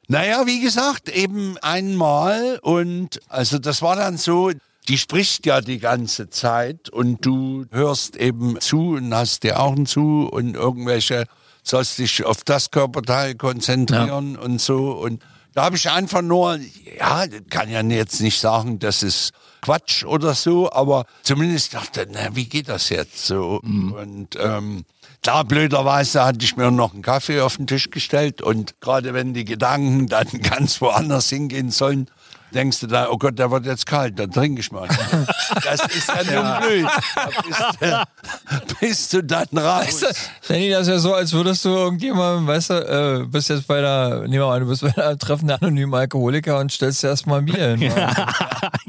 Naja, wie gesagt, eben einmal und also das war dann so, die spricht ja die ganze Zeit und du hörst eben zu und hast dir Augen zu und irgendwelche, sollst dich auf das Körperteil konzentrieren und so und da habe ich einfach nur, ja, kann ja jetzt nicht sagen, das ist Quatsch oder so, aber zumindest dachte, na, wie geht das jetzt so? Und ähm, Klar, blöderweise hatte ich mir noch einen Kaffee auf den Tisch gestellt und gerade wenn die Gedanken dann ganz woanders hingehen sollen, denkst du da, oh Gott, der wird jetzt kalt, dann trinke ich mal. Das ist ja nun blöd. Da bist, du, bist du dann raus.
Weißt du, Danny, das ist ja so, als würdest du irgendjemandem, weißt du, äh, bist jetzt bei der, nehmen wir mal, du bist bei der Treffen der anonymen Alkoholiker und stellst dir erstmal ein Bier hin. ne?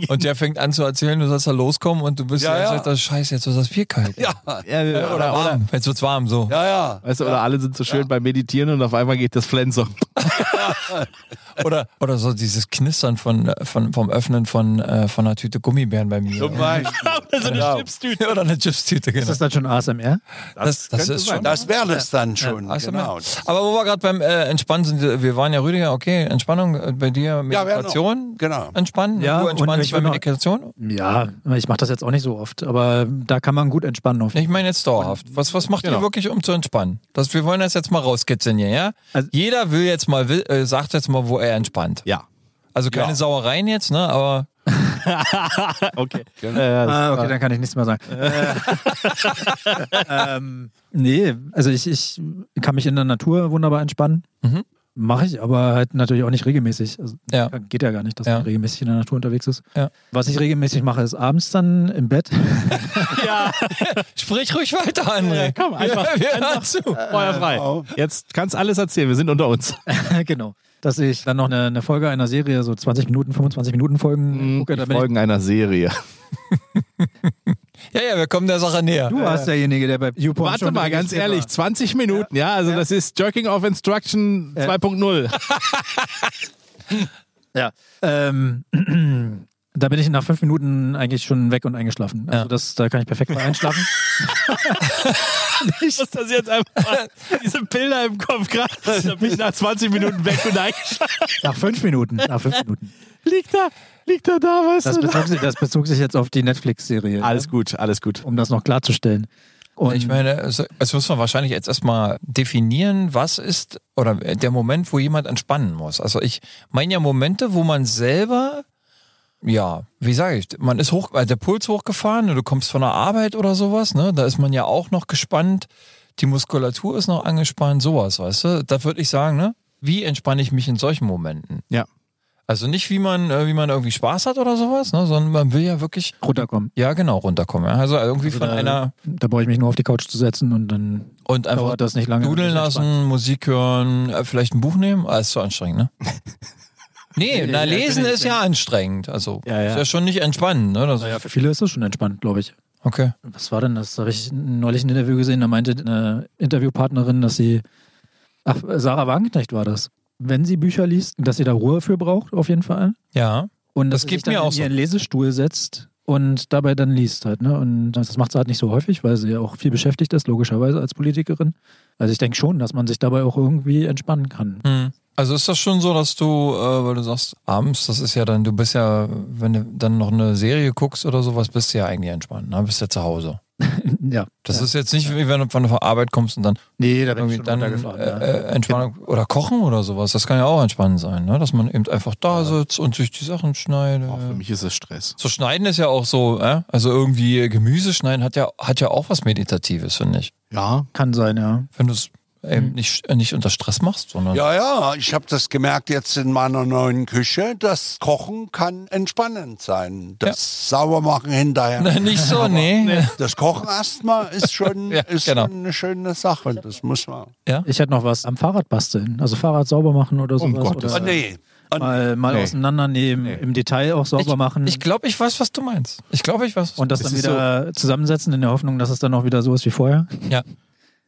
Und der fängt an zu erzählen, du sollst da loskommen und du bist
Ja,
ja,
ja.
jetzt das Scheiße, jetzt wird das Bier kalt.
Ja,
Ja,
Oder warm. Jetzt wird's warm so.
ja, ja.
Weißt du, oder alle sind so schön beim Meditieren und auf einmal geht das Pflänzer.
Oder, oder so dieses Knistern von, äh, von, vom Öffnen von, äh, von einer Tüte Gummibären bei mir.
Zum Beispiel.
Oder so eine Chipstüte. Oder eine Chipstüte, genau.
Ist das dann schon ASMR?
Das, das ist schon.
Das wäre das dann schon,
ASMR.
genau.
Aber wo wir gerade beim äh, Entspannen sind, äh, wir waren ja Rüdiger, okay, Entspannung äh, bei dir,
Ja, wir hatten
Meditation,
noch- genau.
entspannen,
Ja,
du
und
entspannst
ich
dich bei
bin noch-
Meditation.
Ja, ich mache das jetzt auch nicht so oft, aber da kann man gut entspannen auf.
Ich meine jetzt dauerhaft. Was, was macht
genau.
ihr wirklich, um zu entspannen? Das, wir wollen das jetzt mal rauskitzeln hier, ja?
Also-
Jeder will jetzt mal, will, äh, sagt jetzt mal, wo er entspannt.
Ja.
Also keine
Ja.
Sauereien jetzt, ne? Aber
Okay.
Äh,
Ah, okay, dann kann ich nichts mehr sagen. Äh, ähm, nee, also ich, ich kann mich in der Natur wunderbar entspannen. Mache ich, aber halt natürlich auch nicht regelmäßig. Also
Ja.
Geht Mhm. ja gar nicht, dass
Ja.
man regelmäßig in der Natur unterwegs ist.
Ja.
Was ich regelmäßig mache, ist abends dann im Bett.
sprich ruhig weiter, André.
komm, einfach-
Wir, wir hören zu.
Feuer
Äh,
frei. Jetzt kannst alles erzählen, wir sind unter uns.
genau. Dass ich dann noch eine, eine Folge einer Serie, so 20 Minuten, 25 Minuten Folgen gucke.
Mhm. Die
damit ich,
Folgen einer Serie.
Ja, ja, wir kommen der Sache näher.
du warst derjenige, der bei YouPorn
Warte
schon
mal,
registriert
ganz ehrlich,
war.
20 Minuten, ja, also das ist Jerking Off Instruction 2.0.
Ja. Ähm, da bin ich nach fünf Minuten eigentlich schon weg und eingeschlafen. Also das, da kann ich perfekt mal einschlafen.
Ich muss das jetzt einfach, diese Bilder im Kopf gerade, da bin ich nach 20 Minuten weg und eingeschlafen.
nach fünf Minuten. Nach fünf Minuten.
Liegt da, liegt da da, weißt
Das
du?
bezog sich, das bezog sich jetzt auf die Netflix-Serie, ne?
Alles gut, alles gut.
um das noch klarzustellen. Und
Ich meine, es, es muss man wahrscheinlich jetzt erstmal definieren, was ist oder der Moment, wo jemand entspannen muss. Also ich meine ja Momente, wo man selber, ja, wie sage ich, man ist hoch, also der Puls hochgefahren, du kommst von der Arbeit oder sowas, ne? Da ist man ja auch noch gespannt, die Muskulatur ist noch angespannt, sowas, weißt du? Da würde ich sagen, ne? Wie entspanne ich mich in solchen Momenten?
Ja.
Also nicht, wie man, äh, wie man irgendwie Spaß hat oder sowas, ne? sondern man will ja wirklich,
runterkommen.
ja genau, runterkommen. Ja? Also irgendwie von
da,
einer
da brauche ich mich nur auf die Couch zu setzen und dann oh,
und einfach
dauert das nicht lange.
Dudeln
Dann bin ich entspannt.
lassen, Musik hören, äh, vielleicht ein Buch nehmen. Ah, ist zu anstrengend, ne? Nee, na, lesen ist ja anstrengend. Also
Ja, ja.
ist ja schon nicht entspannend, ne? Das,
Ja, für viele ist das schon entspannt, glaube ich.
Okay.
Was war denn das? Da habe ich neulich ein Interview gesehen, da meinte eine Interviewpartnerin, dass sie, ach, Sarah Wagenknecht war das, wenn sie Bücher liest, dass sie da Ruhe für braucht, auf jeden Fall.
Ja.
Und
Das
dass sie
geht
sich dann
mir auch
in
so.
ihren Lesestuhl setzt und dabei dann liest halt. Ne? Und das macht sie halt nicht so häufig, weil sie ja auch viel beschäftigt ist, logischerweise als Politikerin. Also ich denke schon, dass man sich dabei auch irgendwie entspannen kann.
Hm. Also ist das schon so, dass du, äh, weil du sagst, abends, das ist ja dann, du bist ja, wenn du dann noch eine Serie guckst oder sowas, bist du ja eigentlich entspannt, ne? Bist ja zu Hause. Hm.
Ja.
Das ist jetzt nicht, wie wenn du von der Arbeit kommst und dann
Nee, da bin ich
irgendwie
schon
dann
runtergefahren.
äh,
ja.
äh, Entspannung oder kochen oder sowas. Das kann ja auch entspannend sein, ne? Dass man eben einfach da sitzt und sich die Sachen schneidet.
Für mich ist es Stress.
So schneiden ist ja auch so, äh? also irgendwie Gemüse schneiden hat ja, hat ja auch was Meditatives, finde ich.
Ja,
Kann sein, ja.
Wenn du es
Hm.
eben nicht, äh, nicht unter Stress machst, sondern.
Ja, ja, ich habe das gemerkt jetzt in meiner neuen Küche. Das Kochen kann entspannend sein. Das Sauermachen hinterher.
Nicht so, nee.
Das Kochen erstmal ist schon,
Ja,
ist
genau.
schon eine schöne Sache. Das muss man.
Ich hätte noch was am Fahrrad basteln, also Fahrrad sauber machen oder
Um
sowas.
Gottes
oder
Oh, nee.
Mal, mal auseinandernehmen, im Detail auch sauber machen.
Ich glaube, ich weiß, was du meinst. Ich glaube, ich weiß. Was
und das
Es
dann
ist
wieder zusammensetzen in der Hoffnung, dass es dann auch wieder so ist wie vorher.
du ja.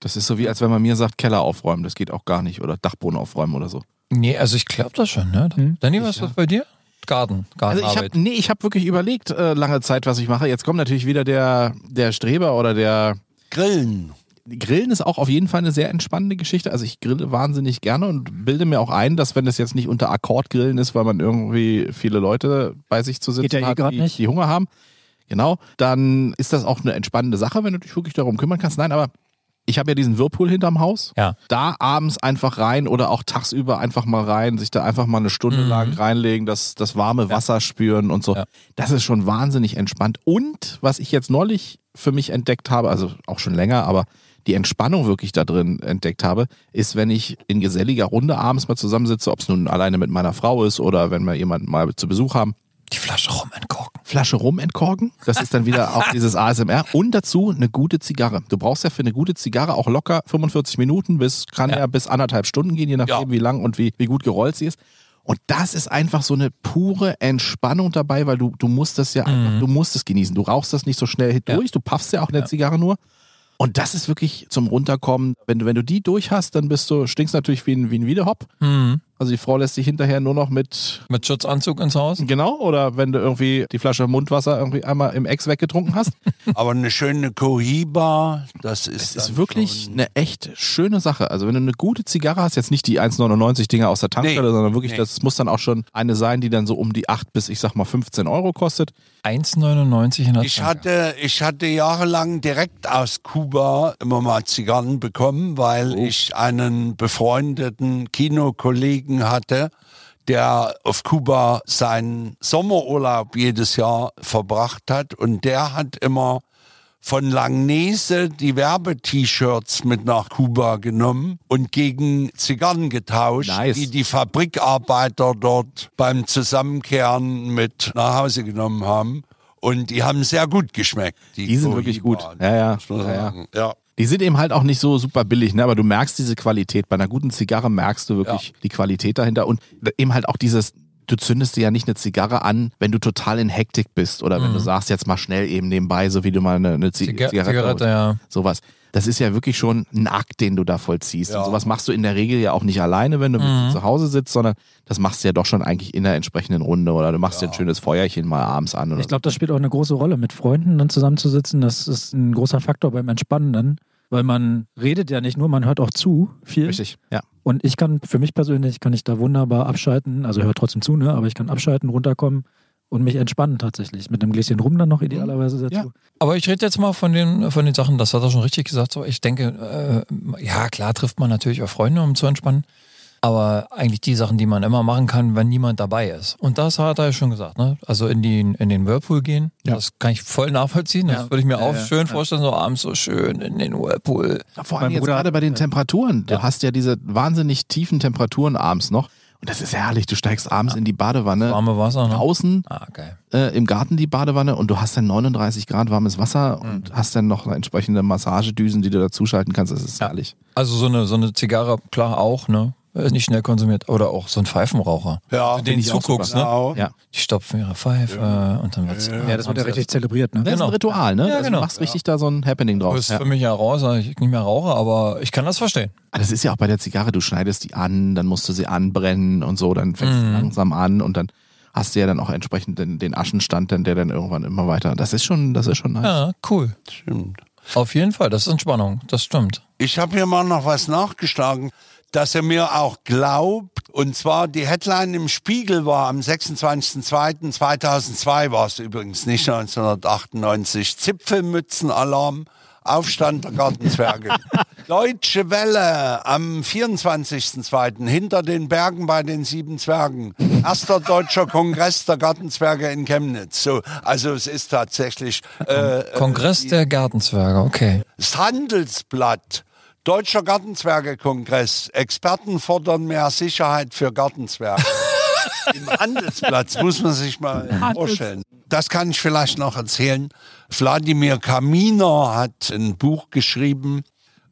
das ist so wie, als wenn man mir sagt, Keller aufräumen. Das geht auch gar nicht. Oder Dachboden aufräumen oder so.
Nee, also ich glaube das schon, ne?
Hm?
Danny, was ist das bei dir? Garten,
Also ich
Gartenarbeit.
habe nee, ich habe wirklich überlegt äh, lange Zeit, was ich mache. Jetzt kommt natürlich wieder der der Streber oder der
Grillen.
Grillen ist auch auf jeden Fall eine sehr entspannende Geschichte. Also ich grille wahnsinnig gerne und bilde mir auch ein, dass wenn das jetzt nicht unter Akkordgrillen ist, weil man irgendwie viele Leute bei sich zu sitzen
Geht ja eh
hat,
grad
die,
nicht.
die Hunger haben, genau, dann ist das auch eine entspannende Sache, wenn du dich wirklich darum kümmern kannst. Nein, aber ich habe ja diesen Whirlpool hinterm Haus.
Ja.
Da abends einfach rein oder auch tagsüber einfach mal rein, sich da einfach mal eine Stunde lang reinlegen, das, das warme Wasser spüren und so.
Ja.
Das ist schon wahnsinnig entspannt. Und was ich jetzt neulich für mich entdeckt habe, also auch schon länger, aber die Entspannung wirklich da drin entdeckt habe, ist, wenn ich in geselliger Runde abends mal zusammensitze, ob es nun alleine mit meiner Frau ist oder wenn wir jemanden mal zu Besuch haben,
Die Flasche rum entkorken.
Flasche Rum entkorken. Das ist dann wieder auch dieses ASMR. Und dazu eine gute Zigarre. Du brauchst ja für eine gute Zigarre auch locker 45 Minuten bis, kann ja, bis anderthalb Stunden gehen, je nachdem,
Ja.
wie lang und wie, wie gut gerollt sie ist. Und das ist einfach so eine pure Entspannung dabei, weil du, du musst das ja einfach, du musst es genießen. Du rauchst das nicht so schnell durch, du paffst ja auch eine Zigarre nur. Und das ist wirklich zum Runterkommen. Wenn du, wenn du die durch hast, dann bist du, stinkst natürlich wie ein, wie ein Wiederhopp.
Mhm.
Also die Frau lässt dich hinterher nur noch mit,
Mit Schutzanzug ins Haus?
genau, oder wenn du irgendwie die Flasche Mundwasser irgendwie einmal im Ex weggetrunken hast.
Aber eine schöne Cohiba, das
Es
ist,
ist
dann
wirklich
schon-
eine echt schöne Sache. Also wenn du eine gute Zigarre hast, jetzt nicht die 1,99 Dinger aus der Tankstelle,
Nee,
sondern wirklich,
nee.
das muss dann auch schon eine sein, die dann so um die 8 bis, ich sag mal, 15 Euro kostet.
1,99 in der
Ich
Tanke.
hatte, ich hatte jahrelang direkt aus Kuba immer mal Zigarren bekommen, weil ich einen befreundeten Kinokollegen hatte, der auf Kuba seinen Sommerurlaub jedes Jahr verbracht hat und der hat immer von Langnese die Werbe-T-Shirts mit nach Kuba genommen und gegen Zigarren getauscht,
Nice.
die die Fabrikarbeiter dort beim Zusammenkehren mit nach Hause genommen haben. Und die haben sehr gut geschmeckt.
Die sind
Cohiba.
wirklich gut. Ja, ja.
Muss man
Ja, ja.
sagen. ja.
Die sind eben halt auch nicht so super billig, ne? aber du merkst diese Qualität. Bei einer guten Zigarre merkst du wirklich die Qualität dahinter und eben halt auch dieses, du zündest dir ja nicht eine Zigarre an, wenn du total in Hektik bist oder wenn du sagst, jetzt mal schnell eben nebenbei, so wie du mal eine, eine Zi
Mhm. Ziga
Zigarette,
Zigarette, ja.
sowas. Das ist ja wirklich schon ein Akt, den du da vollziehst. Und sowas machst du in der Regel ja auch nicht alleine, wenn du mit
Mhm.
zu Hause sitzt, sondern das machst du ja doch schon eigentlich in der entsprechenden Runde oder du machst dir ein schönes Feuerchen mal abends an. Oder
Ich glaube, das spielt auch eine große Rolle, mit Freunden dann zusammenzusitzen. Das ist ein großer Faktor beim Entspannen dann, weil man redet ja nicht nur, man hört auch zu viel.
so. Richtig, ja.
Und ich kann, für mich persönlich, kann ich da wunderbar abschalten. Also höre trotzdem zu, ne? aber ich kann abschalten, runterkommen und mich entspannen tatsächlich. Mit einem Gläschen rum dann noch idealerweise dazu.
Ja.
Aber ich rede jetzt mal von den, von den Sachen, das hat er schon richtig gesagt. So, ich denke, äh, ja, klar trifft man natürlich auch Freunde, um zu entspannen. Aber eigentlich die Sachen, die man immer machen kann, wenn niemand dabei ist. Und das hat er ja schon gesagt, ne? Also in den, in den Whirlpool gehen,
Ja.
das kann ich voll nachvollziehen. Das
Ja.
würde ich mir
Ja,
auch
ja,
schön
ja.
vorstellen, so abends so schön in den Whirlpool.
Ja, Vor allem
Mein
jetzt
Bruder-
gerade bei den
Ja.
Temperaturen. Du
Ja.
hast ja diese wahnsinnig tiefen Temperaturen abends noch. Und das ist herrlich. Du steigst abends in die Badewanne,
Warme Wasser, ne?
draußen
Ah, geil.
äh, im Garten die Badewanne und du hast dann 39 Grad warmes Wasser und hast dann noch entsprechende Massagedüsen, die du dazuschalten kannst. Das ist herrlich.
Also so eine, so eine Zigarre, klar auch, ne? Ist nicht schnell konsumiert. Oder auch so ein Pfeifenraucher.
Ja,
den
ich
du
auch
zuguckst, ne?
Genau.
Ja,
Die stopfen ihre Pfeife und dann wird's.
Ja, das wird ja richtig zelebriert. Ne?
das ist
Genau.
ein Ritual, ne?
Ja,
Also
genau.
Du machst richtig da so ein Happening
Du
draus.
bist
Ja.
für mich ja raus, weil ich nicht mehr rauche, aber ich kann das verstehen.
Ah, Das ist ja auch bei der Zigarre, du schneidest die an, dann musst du sie anbrennen und so, dann fängst du langsam an und dann hast du ja dann auch entsprechend den, den Aschenstand, dann, der dann irgendwann immer weiter. Das ist schon, das ist schon nice.
Ja, cool.
Stimmt.
Auf jeden Fall, das ist Entspannung, das stimmt.
Ich habe hier mal noch was nachgeschlagen, dass er mir auch glaubt. Und zwar die Headline im Spiegel war am 26.02.2002 war es übrigens, nicht 1998. Zipfelmützenalarm, Aufstand der Gartenzwerge. Deutsche Welle am 24.02. hinter den Bergen bei den sieben Zwergen. Erster deutscher Kongress der Gartenzwerge in Chemnitz. So, also es ist tatsächlich äh,
Kongress der Gartenzwerge, okay.
das Handelsblatt. Deutscher Gartenzwergekongress. Experten fordern mehr Sicherheit für Gartenzwerge. Im Handelsplatz muss man sich mal vorstellen. Das kann ich vielleicht noch erzählen. Wladimir Kaminer hat ein Buch geschrieben,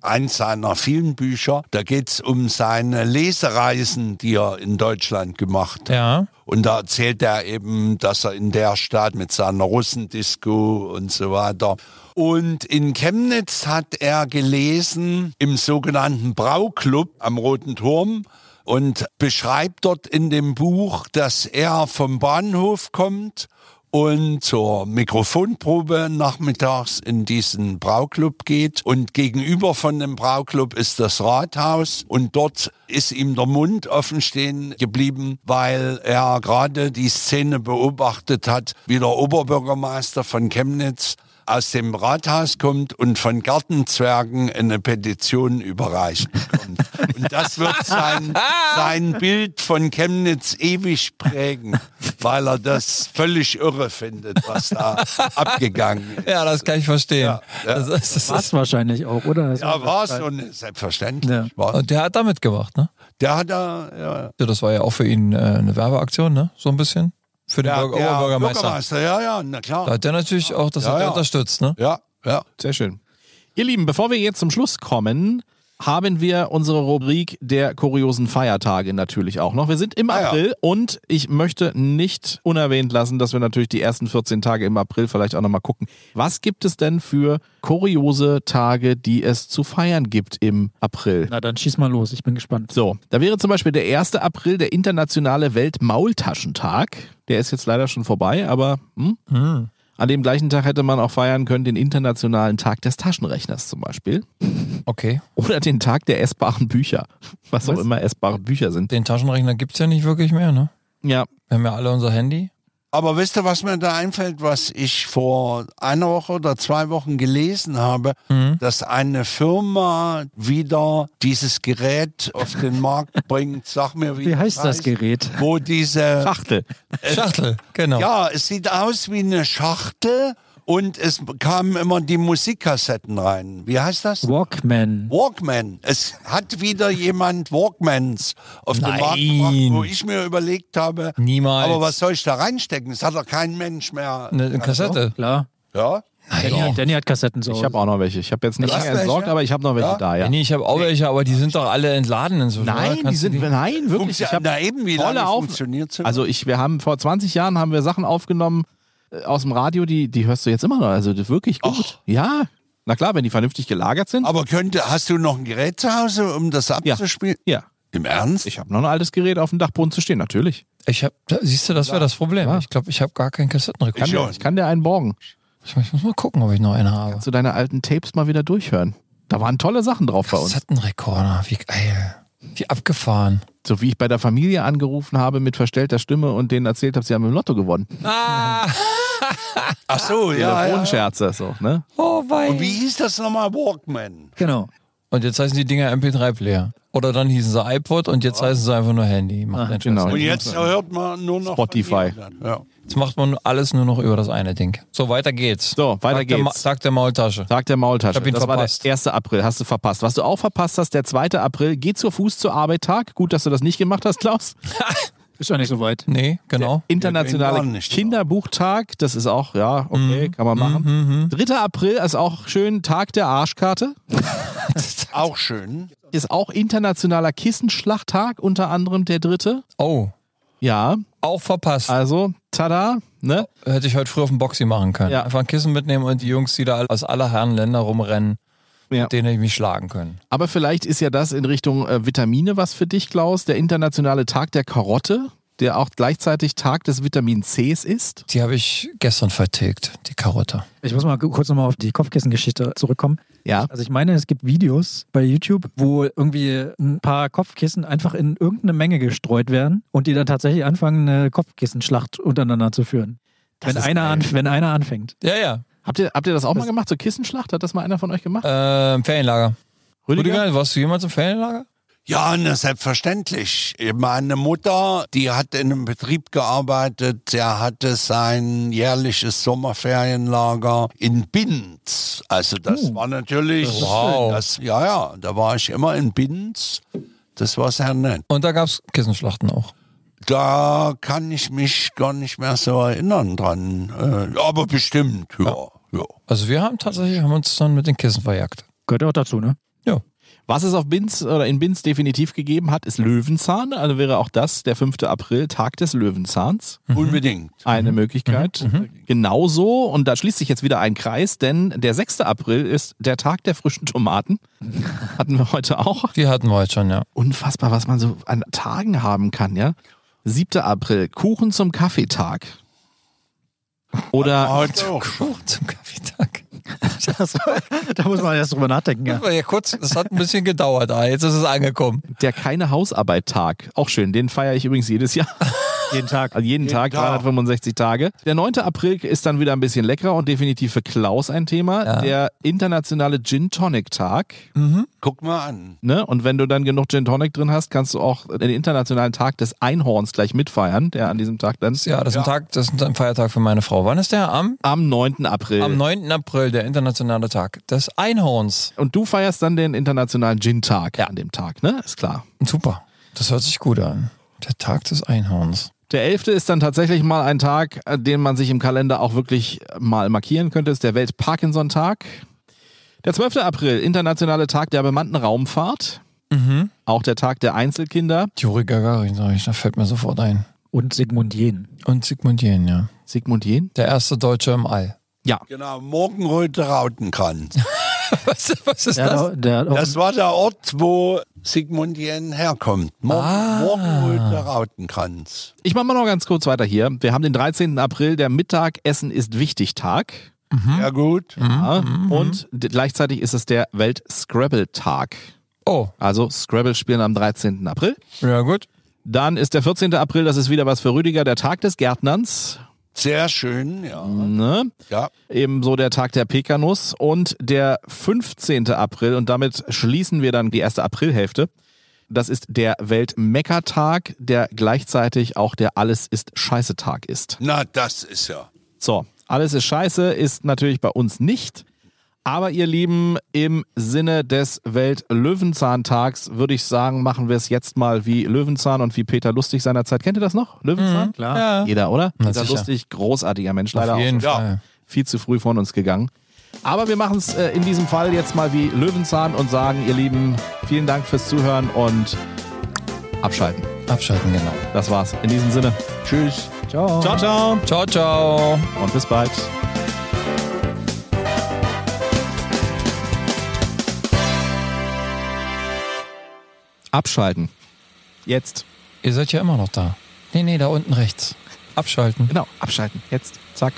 eins seiner vielen Bücher. Da geht es um seine Lesereisen, die er in Deutschland gemacht hat.
Ja.
Und da erzählt er eben, dass er in der Stadt mit seiner Russendisco und so weiter. Und in Chemnitz hat er gelesen im sogenannten Brauclub am Roten Turm und beschreibt dort in dem Buch, dass er vom Bahnhof kommt und zur Mikrofonprobe nachmittags in diesen Brauclub geht. Und gegenüber von dem Brauclub ist das Rathaus und dort ist ihm der Mund offen stehen geblieben, weil er gerade die Szene beobachtet hat, wie der Oberbürgermeister von Chemnitz aus dem Rathaus kommt und von Gartenzwergen eine Petition überreicht bekommt. Und das wird sein, sein Bild von Chemnitz ewig prägen, weil er das völlig irre findet, was da abgegangen ist.
Ja, das kann ich verstehen.
Ja, ja.
Das ist, das
War's
ist,
wahrscheinlich auch, oder? Das
Ja, war
das-
so selbstverständlich.
Ja.
War,
und der hat da mitgemacht, ne?
der hat da,
Ja, Das war ja auch für ihn äh, eine Werbeaktion, ne? So ein bisschen. Für den
ja, der,
Bürger Oberbürgermeister.
Bürgermeister, ja, ja, na
Da
klar.
hat der natürlich auch, das
Ja,
hat er
ja.
unterstützt, ne?
Ja, ja.
Sehr schön. Ihr Lieben, bevor wir jetzt zum Schluss kommen, haben wir unsere Rubrik der kuriosen Feiertage natürlich auch noch. Wir sind im
Ah ja.
April und ich möchte nicht unerwähnt lassen, dass wir natürlich die ersten 14 Tage im April vielleicht auch nochmal gucken. Was gibt es denn für kuriose Tage, die es zu feiern gibt im April?
Na, dann schieß mal los, ich bin gespannt.
So, da wäre zum Beispiel der 1. April der internationale Weltmaultaschentag. Der ist jetzt leider schon vorbei, aber hm? an dem gleichen Tag hätte man auch feiern können den internationalen Tag des Taschenrechners zum Beispiel.
Okay.
Oder den Tag der essbaren Bücher. Was, auch
Was?
immer essbare Bücher sind.
Den Taschenrechner gibt's ja nicht wirklich mehr, ne?
Ja,
Wir haben ja alle unser Handy.
Aber wisst ihr, was mir da einfällt, was ich vor einer Woche oder zwei Wochen gelesen habe, dass eine Firma wieder dieses Gerät auf den Markt bringt. Sag mir, wie,
Wie
das
heißt das Gerät?
Wo diese
Schachtel.
Schachtel, genau.
Ja, es sieht aus wie eine Schachtel und es kamen immer die Musikkassetten rein. Wie heißt das?
Walkman.
Walkman. Es hat wieder jemand Walkmans auf den
Nein.
Markt gebracht, wo ich mir überlegt habe,
Niemals.
aber was soll ich da reinstecken? Das hat doch kein Mensch mehr. Also,
Eine Kassette.
Klar.
Ja?
Danny, hat- Danny hat Kassetten so.
Ich habe auch noch welche. Ich habe jetzt nicht
Du hast
lange entsorgt,
welche?
aber ich habe noch welche
Ja?
da, ja.
Nee, ich habe auch welche, aber die sind doch alle entladen inzwischen. oder?
Nein,
Kannst
die
du
sind, nein, wirklich.
Funktio-
Ich hab
Um Na eben, wie
tolle
lange
Auf-
funktioniert sie?
Also ich, wir haben vor 20 Jahren haben wir Sachen aufgenommen äh, aus dem Radio, die, die hörst du jetzt immer noch. Also das ist wirklich gut. Ja. Na klar, wenn die vernünftig gelagert sind.
aber könnte, hast du noch ein Gerät zu Hause, um das abzuspielen?
ja.
Im Ernst?
Ich habe noch ein altes Gerät auf dem Dachboden zu stehen, natürlich.
Ich hab, da, siehst du, das wäre das Problem. Ich glaube, ich habe gar keinen Kassettenrekord.
Kann
Ich
der,
auch.
ich kann dir einen borgen.
Ich, ich muss mal gucken, ob ich noch einen habe.
Kannst du deine alten Tapes mal wieder durchhören. Da waren tolle Sachen drauf bei uns.
Kassettenrekorder, wie geil. Wie abgefahren.
So wie ich bei der Familie angerufen habe mit verstellter Stimme und denen erzählt habe, sie haben im Lotto gewonnen.
Ach so, ja. ja.
Telefonscherze, so, ne?
Oh,
Und wie
wei.
hieß das nochmal? Walkman.
Genau.
Und jetzt heißen die Dinger MP3-Player. Oder dann hießen sie iPod und jetzt heißen sie einfach nur Handy. Macht keinen Spaß.
genau.
Und jetzt hört man nur noch. von
Spotify.
ihr dann. Ja.
Jetzt macht man alles nur noch über das eine Ding. So, weiter geht's.
So, weiter
Tag der
geht's.
Ma- Tag der Maultasche.
Tag der Maultasche.
Ich hab ihn
das
verpasst.
war der 1. April, hast du verpasst. Was du auch verpasst hast, der 2. April, geh zur Fuß zur Arbeit Tag. Gut, dass du das nicht gemacht hast, Klaus.
Ist ja nicht so weit.
Nee, genau.
Internationaler
Ja, den waren nicht, genau.
Kinderbuchtag, das ist auch, ja, okay,
Mhm.
kann man machen. 3. April ist auch schön Tag der Arschkarte.
Auch schön.
Ist auch internationaler Kissenschlachttag, unter anderem der dritte.
Oh,
Ja,
auch verpasst.
also, tada, ne?
Hätte ich heute früher auf dem Boxy machen können.
Ja.
Einfach ein Kissen mitnehmen und die Jungs, die da all- aus aller Herren Länder rumrennen,
Ja.
mit denen ich mich schlagen können.
Aber vielleicht ist ja das in Richtung äh, Vitamine was für dich, Klaus. Der internationale Tag der Karotte, der auch gleichzeitig Tag des Vitamin Cs ist.
Die habe ich gestern vertilgt, die Karotte.
Ich muss mal gu- kurz nochmal auf die Kopfkissengeschichte zurückkommen.
Ja.
Also ich meine, es gibt Videos bei YouTube, wo irgendwie ein paar Kopfkissen einfach in irgendeine Menge gestreut werden und die dann tatsächlich anfangen, eine Kopfkissenschlacht untereinander zu führen. Wenn
ist
einer,
geil.
anf wenn einer anfängt.
Ja, ja.
Habt ihr, habt ihr das auch mal gemacht, so Kissenschlacht? Hat das mal einer von euch gemacht?
Ähm, Ferienlager.
Rüdiger?
Rüdiger, warst du jemals im Ferienlager?
Ja, na, selbstverständlich. Meine Mutter, die hat in einem Betrieb gearbeitet, der hatte sein jährliches Sommerferienlager in Binz. Also das war natürlich,
Wow.
das, ja, ja, da war ich immer in Binz. Das war sehr nett.
Und da gab es Kissenschlachten auch.
Da kann ich mich gar nicht mehr so erinnern dran. Äh, aber bestimmt, ja. ja.
Also wir haben tatsächlich haben uns dann mit den Kissen verjagt.
Gehört ja auch dazu, ne?
Ja.
Was es auf Binz oder in Binz definitiv gegeben hat, ist Löwenzahn. Also wäre auch das der 5. April, Tag des Löwenzahns.
Unbedingt.
Eine Möglichkeit. Genauso, und da schließt sich jetzt wieder ein Kreis, denn der 6. April ist der Tag der frischen Tomaten. Hatten wir heute auch.
Die hatten wir heute schon, ja.
Unfassbar, was man so an Tagen haben kann, ja. 7. April, Kuchen zum Kaffeetag. Oder
Heute auch.
Kuchen zum Kaffeetag.
Das, da muss man erst drüber nachdenken. Ja.
Das war ja kurz, das hat ein bisschen gedauert, aber jetzt ist es angekommen.
der keine Hausarbeit Tag. Auch schön, den feiere ich übrigens jedes Jahr.
Jeden Tag.
Also jeden, Tag,
Tag.
365 Tage. Der 9. April ist dann wieder ein bisschen leckerer und definitiv für Klaus ein Thema. Der internationale Gin Tonic Tag.
Guck mal an.
Ne? Und wenn du dann genug Gin Tonic drin hast, kannst du auch den internationalen Tag des Einhorns gleich mitfeiern, der an diesem Tag dann
Ja, das ist ein Tag, das ist ein Feiertag für meine Frau. Wann ist der? Am,
am 9. April.
am 9. April, der internationale Tag des Einhorns.
und du feierst dann den internationalen Gin-Tag an dem Tag, ne? Ist klar.
Super. Das hört sich gut an. Der Tag des Einhorns.
Der 11. ist dann tatsächlich mal ein Tag, äh, den man sich im Kalender auch wirklich mal markieren könnte. Ist der Welt-Parkinson-Tag. Der 12. April, internationale Tag der bemannten Raumfahrt.
Mhm.
Auch der Tag der Einzelkinder.
Juri Gagarin, sag ich, da fällt mir sofort ein.
Und Sigmund Jähn.
Und Sigmund Jähn, ja.
Sigmund Jähn.
Der erste Deutsche im All.
Genau, Morgenröte Rautenkranz.
Was, was ist
Der, hat auch- der hat auch
Das war der Ort, wo Sigmund Jähn herkommt. Mor Morgenröte Rautenkranz.
Ich mache mal noch ganz kurz weiter hier. Wir haben den 13. April, der Mittagessen ist wichtig Tag.
Ja gut.
Ja. Und d- gleichzeitig ist es der Welt-Scrabble-Tag.
Oh,
Also Scrabble spielen am 13. April.
ja gut.
Dann ist der 14. April, das ist wieder was für Rüdiger, der Tag des Gärtnerns.
Sehr schön, ja.
Ne?
ja.
Ebenso der Tag der Pekanuss und der 15. April. Und damit schließen wir dann die erste Aprilhälfte. Das ist der Weltmeckertag, der gleichzeitig auch der Alles ist Scheiße-Tag ist.
Na, das ist ja.
So, alles ist scheiße, ist natürlich bei uns nicht. Aber ihr Lieben, im Sinne des Welt-Löwenzahntags würde ich sagen, machen wir es jetzt mal wie Löwenzahn und wie Peter Lustig seinerzeit. Kennt ihr das noch? Löwenzahn?
klar.
Ja.
Jeder, oder?
Na,
Peter
sicher.
Lustig, großartiger Mensch, leider
Auf jeden
auch schon
Fall.
viel zu früh von uns gegangen. Aber wir machen es äh, in diesem Fall jetzt mal wie Löwenzahn und sagen, ihr Lieben, vielen Dank fürs Zuhören und abschalten.
Abschalten, genau.
Das war's. In diesem Sinne. Tschüss.
Ciao.
Ciao, ciao.
Ciao, ciao.
Und bis bald. Abschalten. Jetzt.
Ihr seid ja immer noch da. Nee, nee, da unten rechts. Abschalten.
Genau, abschalten. Jetzt. Zack.